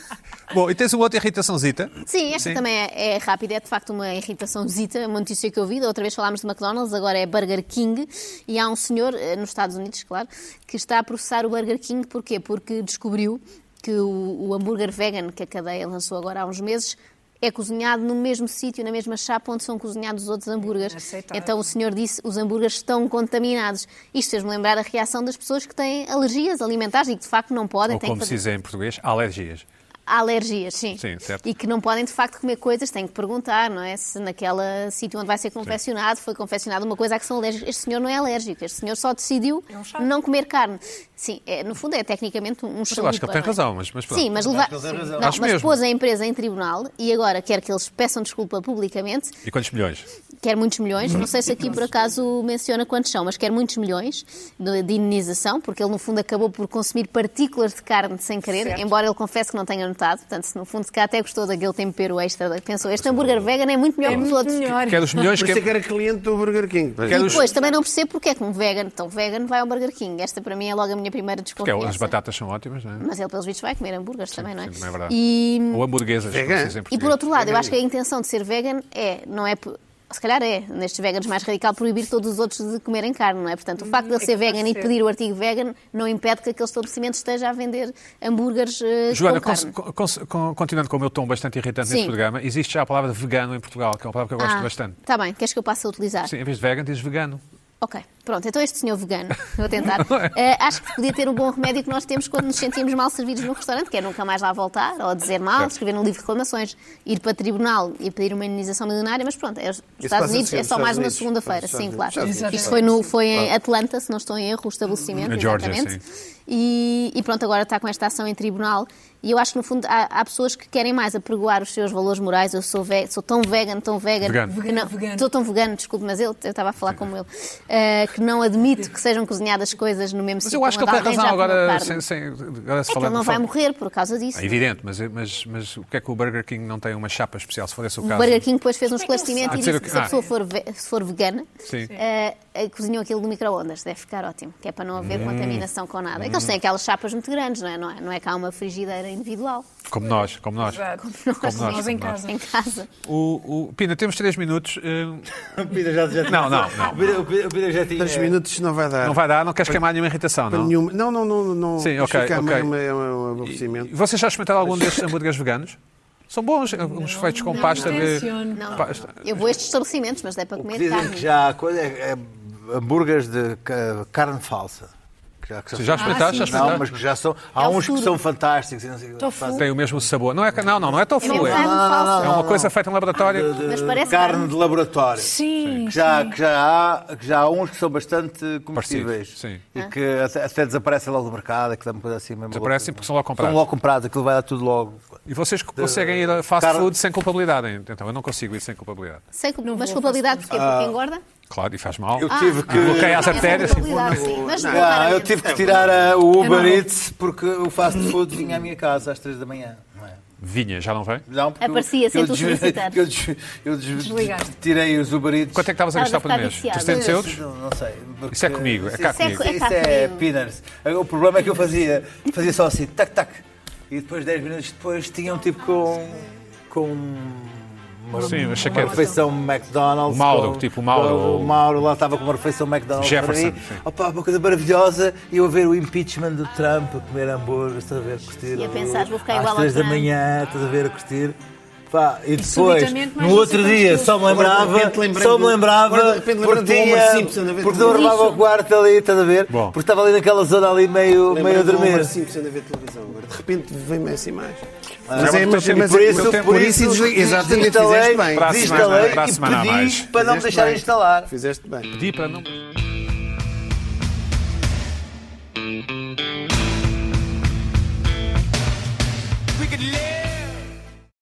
Bom, e tens uma outra irritaçãozita?
Sim, esta também é, é rápida, é de facto uma irritaçãozita, uma notícia que eu vi. Da outra vez falámos de McDonald's, agora é Burger King. E há um senhor, eh, nos Estados Unidos, claro, que está a processar o Burger King. Porquê? Porque descobriu que o, o hambúrguer vegan que a cadeia lançou agora há uns meses é cozinhado no mesmo sítio, na mesma chapa onde são cozinhados os outros hambúrgueres.
Inaceitável.
Então o senhor disse os hambúrgueres estão contaminados. Isto fez-me lembrar a reação das pessoas que têm alergias alimentares e que de facto não podem,
Ou
têm que
como se
fazer
diz em português, alergias.
Há alergias, sim.
Sim, certo.
E que não podem de facto comer coisas, têm que perguntar, não é? Se naquela sítio onde vai ser confeccionado foi confeccionada uma coisa a que são alérgicos. Este senhor não é alérgico, este senhor só decidiu
É um chato.
não comer carne. Sim, é, no fundo é tecnicamente um
Mas eu acho que ele tem razão, mas, mas pronto.
Sim, mas,
Acho
levar...
que ele tem razão.
Não,
Acho
mas
mesmo.
pôs a empresa em tribunal e agora quer que eles peçam desculpa publicamente
E quantos milhões?
quer muitos milhões, não sei se aqui por acaso menciona quantos são, mas quer muitos milhões de, de indenização, porque ele no fundo acabou por consumir partículas de carne sem querer,
Certo.
embora ele confesse que não tenha notado, portanto se no fundo se cá até gostou daquele tempero extra, da- pensou este hambúrguer vegan é muito melhor que os outros.
Melhor.
Quer os milhões,
Por isso é que
quer...
era cliente do Burger King.
E depois também não percebo porque é que um vegan, então vegan vai ao Burger King, esta para mim é logo a minha primeira
porque as
desconfiança.
batatas são ótimas, não é?
Mas ele pelos vistos vai comer hambúrgueres também, não é?
sim, também é verdade.
E-
Ou hamburguesas, como
Vegan.
se diz em
E por
português.
outro lado, eu acho que a intenção de ser vegan é, não é. por- Se calhar é, nestes veganos mais radical, proibir todos os outros de comerem carne, não é? Portanto, o facto de ele
é
ser
que pode
vegan e
ser.
pedir o artigo vegan não impede que aquele estabelecimento esteja a vender hambúrgueres eh,
Joana,
com carne.
con- con- con- continuando com o meu tom bastante irritante
Sim.
neste programa, existe já a palavra vegano em Portugal, que é uma palavra que eu gosto bastante.
Está Ah, tá bem, queres que eu passe a utilizar?
Sim, em vez de vegan, diz vegano.
Ok, pronto, então este senhor vegano, vou tentar. Eh, acho que podia ter o bom remédio que nós temos quando nos sentimos mal servidos num restaurante, que é nunca mais lá voltar, ou dizer mal, escrever num livro de reclamações, ir para tribunal e pedir uma indenização milionária, mas pronto, é os Estados
passa
Unidos
sempre
é só
nos Estados
mais uma
Unidos.
segunda-feira,
Passa nos
sim,
Estados
claro.
Unidos. Ah.
Exatamente.
Isto foi, no, foi em Atlanta, se não estou em erro, o estabelecimento,
Na Geórgia,
exatamente. E, e pronto, agora está com esta ação em tribunal. E eu acho que, no fundo, há, há pessoas que querem mais apregoar os seus valores morais. Eu sou, ve- sou tão vegan, tão vegan.
Vegano.
que não-
Vegano.
Sou tão vegano, desculpe, mas ele, eu estava a falar como ele. eh, que não admito que sejam cozinhadas coisas no mesmo
Mas
sítio.
eu acho que
onde
ele tem
alguém
razão
já comeu
agora, sem,
carne.
sem, agora se
É que
falando...
ele não vai
fal-
morrer por causa disso.
É evidente, mas, mas, mas o que é que o Burger King não tem uma chapa especial, se for esse o
O
caso?
Burger King depois fez um
Como é que ele
esclarecimento
sabe?
e
Dizer
disse
o
que
que-
se a
Ah.
pessoa for, ve- se for vegana,
Sim. Sim.
eh, eh, cozinhou aquilo no micro-ondas. Deve ficar ótimo, que é para não
Hum.
haver contaminação com nada. É que eles têm aquelas chapas muito grandes, não é? Não é, não é cá uma frigideira individual
Como nós, como nós.
Como
nós,
nós em
como nós.
casa.
em casa.
O, o- Pina, temos três minutos. eh,
O Pina já, já tinha-
Não, não, não.
O Pina- o Pina- o Pina já tinha.
3 minutos não vai dar.
Não vai dar, não queres queimar nenhuma irritação, não?
Nenhuma- Não, não, não. não.
Sim,
Isto
ok,
fica
ok.
uma- É um aborrecimento.
E Vocês já experimentaram algum destes hambúrgueres veganos? São bons, eh, uns feitos com
não
pasta de.
tenciono.
Não,
pasta-
eu vou a estes estabelecimentos, mas é para
O que
comer
dizem
carne.
que já há coisa é, é hambúrgueres de ca- carne falsa. Que Já, que
Tu já experimentaste? Já
sim.
Não,
experimentaste?
mas que já são. Há
É o
uns que
futuro.
são fantásticos. e não sei o que.
Tofu.
Fazem-
Tem o mesmo sabor. Não, é, não, não, não é
É mesmo
tofu. É,
carne falsa.
é uma coisa feita em laboratório.
Mas parece
carne
carne.
de laboratório.
Sim,
Que já, que, já há, que já há uns que são bastante comestíveis.
Parecidos, sim.
Ah.
E que até, até desaparecem logo do mercado, que dá uma coisa assim mesmo.
Desaparecem
louca.
porque são logo comprados.
São logo comprados, aquilo vai dar tudo logo.
E vocês co- conseguem ir a fast
Carne-
food sem culpabilidade? hein? Então, eu não consigo ir sem culpabilidade.
Sei que,
Não
mas
vou,
culpabilidade porque,
Ah.
porque engorda?
Claro, e faz mal.
Eu tive que.
Bloqueia as
Essa é
artérias.
culpabilidade, sim, mas Ah. não
Ah, eu
claramente.
tive que tirar ah, o
Eu
Uber
não-
Eats porque o fast food vinha à minha casa às 3 da manhã. não é?
Vinha, já não vem?
Não, porque eu-
Aparecia sem
eu
tu
desvi-
solicitares.
Eu, desvi- eu desvi-
Desligaste.
tirei os Uber Eats.
Quanto é que estavas a gastar por
Estava a
mês?
ficar
300
viciada.
euros?
Não, não sei. porque-
Isso é comigo, é cá
isso
comigo.
Isso é peanuts. Agora, O problema é que eu fazia, fazia só assim, tac, tac. E depois, 10 minutos depois, tinha um tipo com. com uma,
Sim, mas
uma
chaqueta.
refeição McDonald's.
O Mauro,
com-
tipo o Mauro.
com- O Mauro lá estava com uma refeição McDonald's
Jefferson,
para mim.
sim.
Opa, uma coisa maravilhosa. E eu a ver o impeachment do Trump, a comer hambúrguer, estás a ver, a curtir.
E a
o-
pensar, vou ficar
às
igual ao
3 da
Trump.
manhã, estás a ver, a curtir. Pá, e depois,
subitamente mais
no outro
reciclamos
dia,
tudo.
só me lembrava,
Agora de repente lembrei
só
do-
me lembrava,
agora de repente lembrei
porque
do Homer
tinha-
Simpson, a ver
porque
televisão.
não arrumava o quarto ali, estás a ver?
Bom.
Porque estava ali naquela zona ali meio, meio a
Lembrei do Homer
dormir.
um Simpson a ver televisão. Agora, de repente, vem-me essa imagem.
Ah, mas
é
o teu tempo-
Ah, por isso,
tempo-
por isso,
desli- Exatamente,
desinstalei,
fizeste bem.
Para a semana-
desinstalei
para a semana há
e
mais.
pedi para não me
Fizeste
deixarem
bem.
instalar.
Fizeste bem.
Pedi para tipo, não.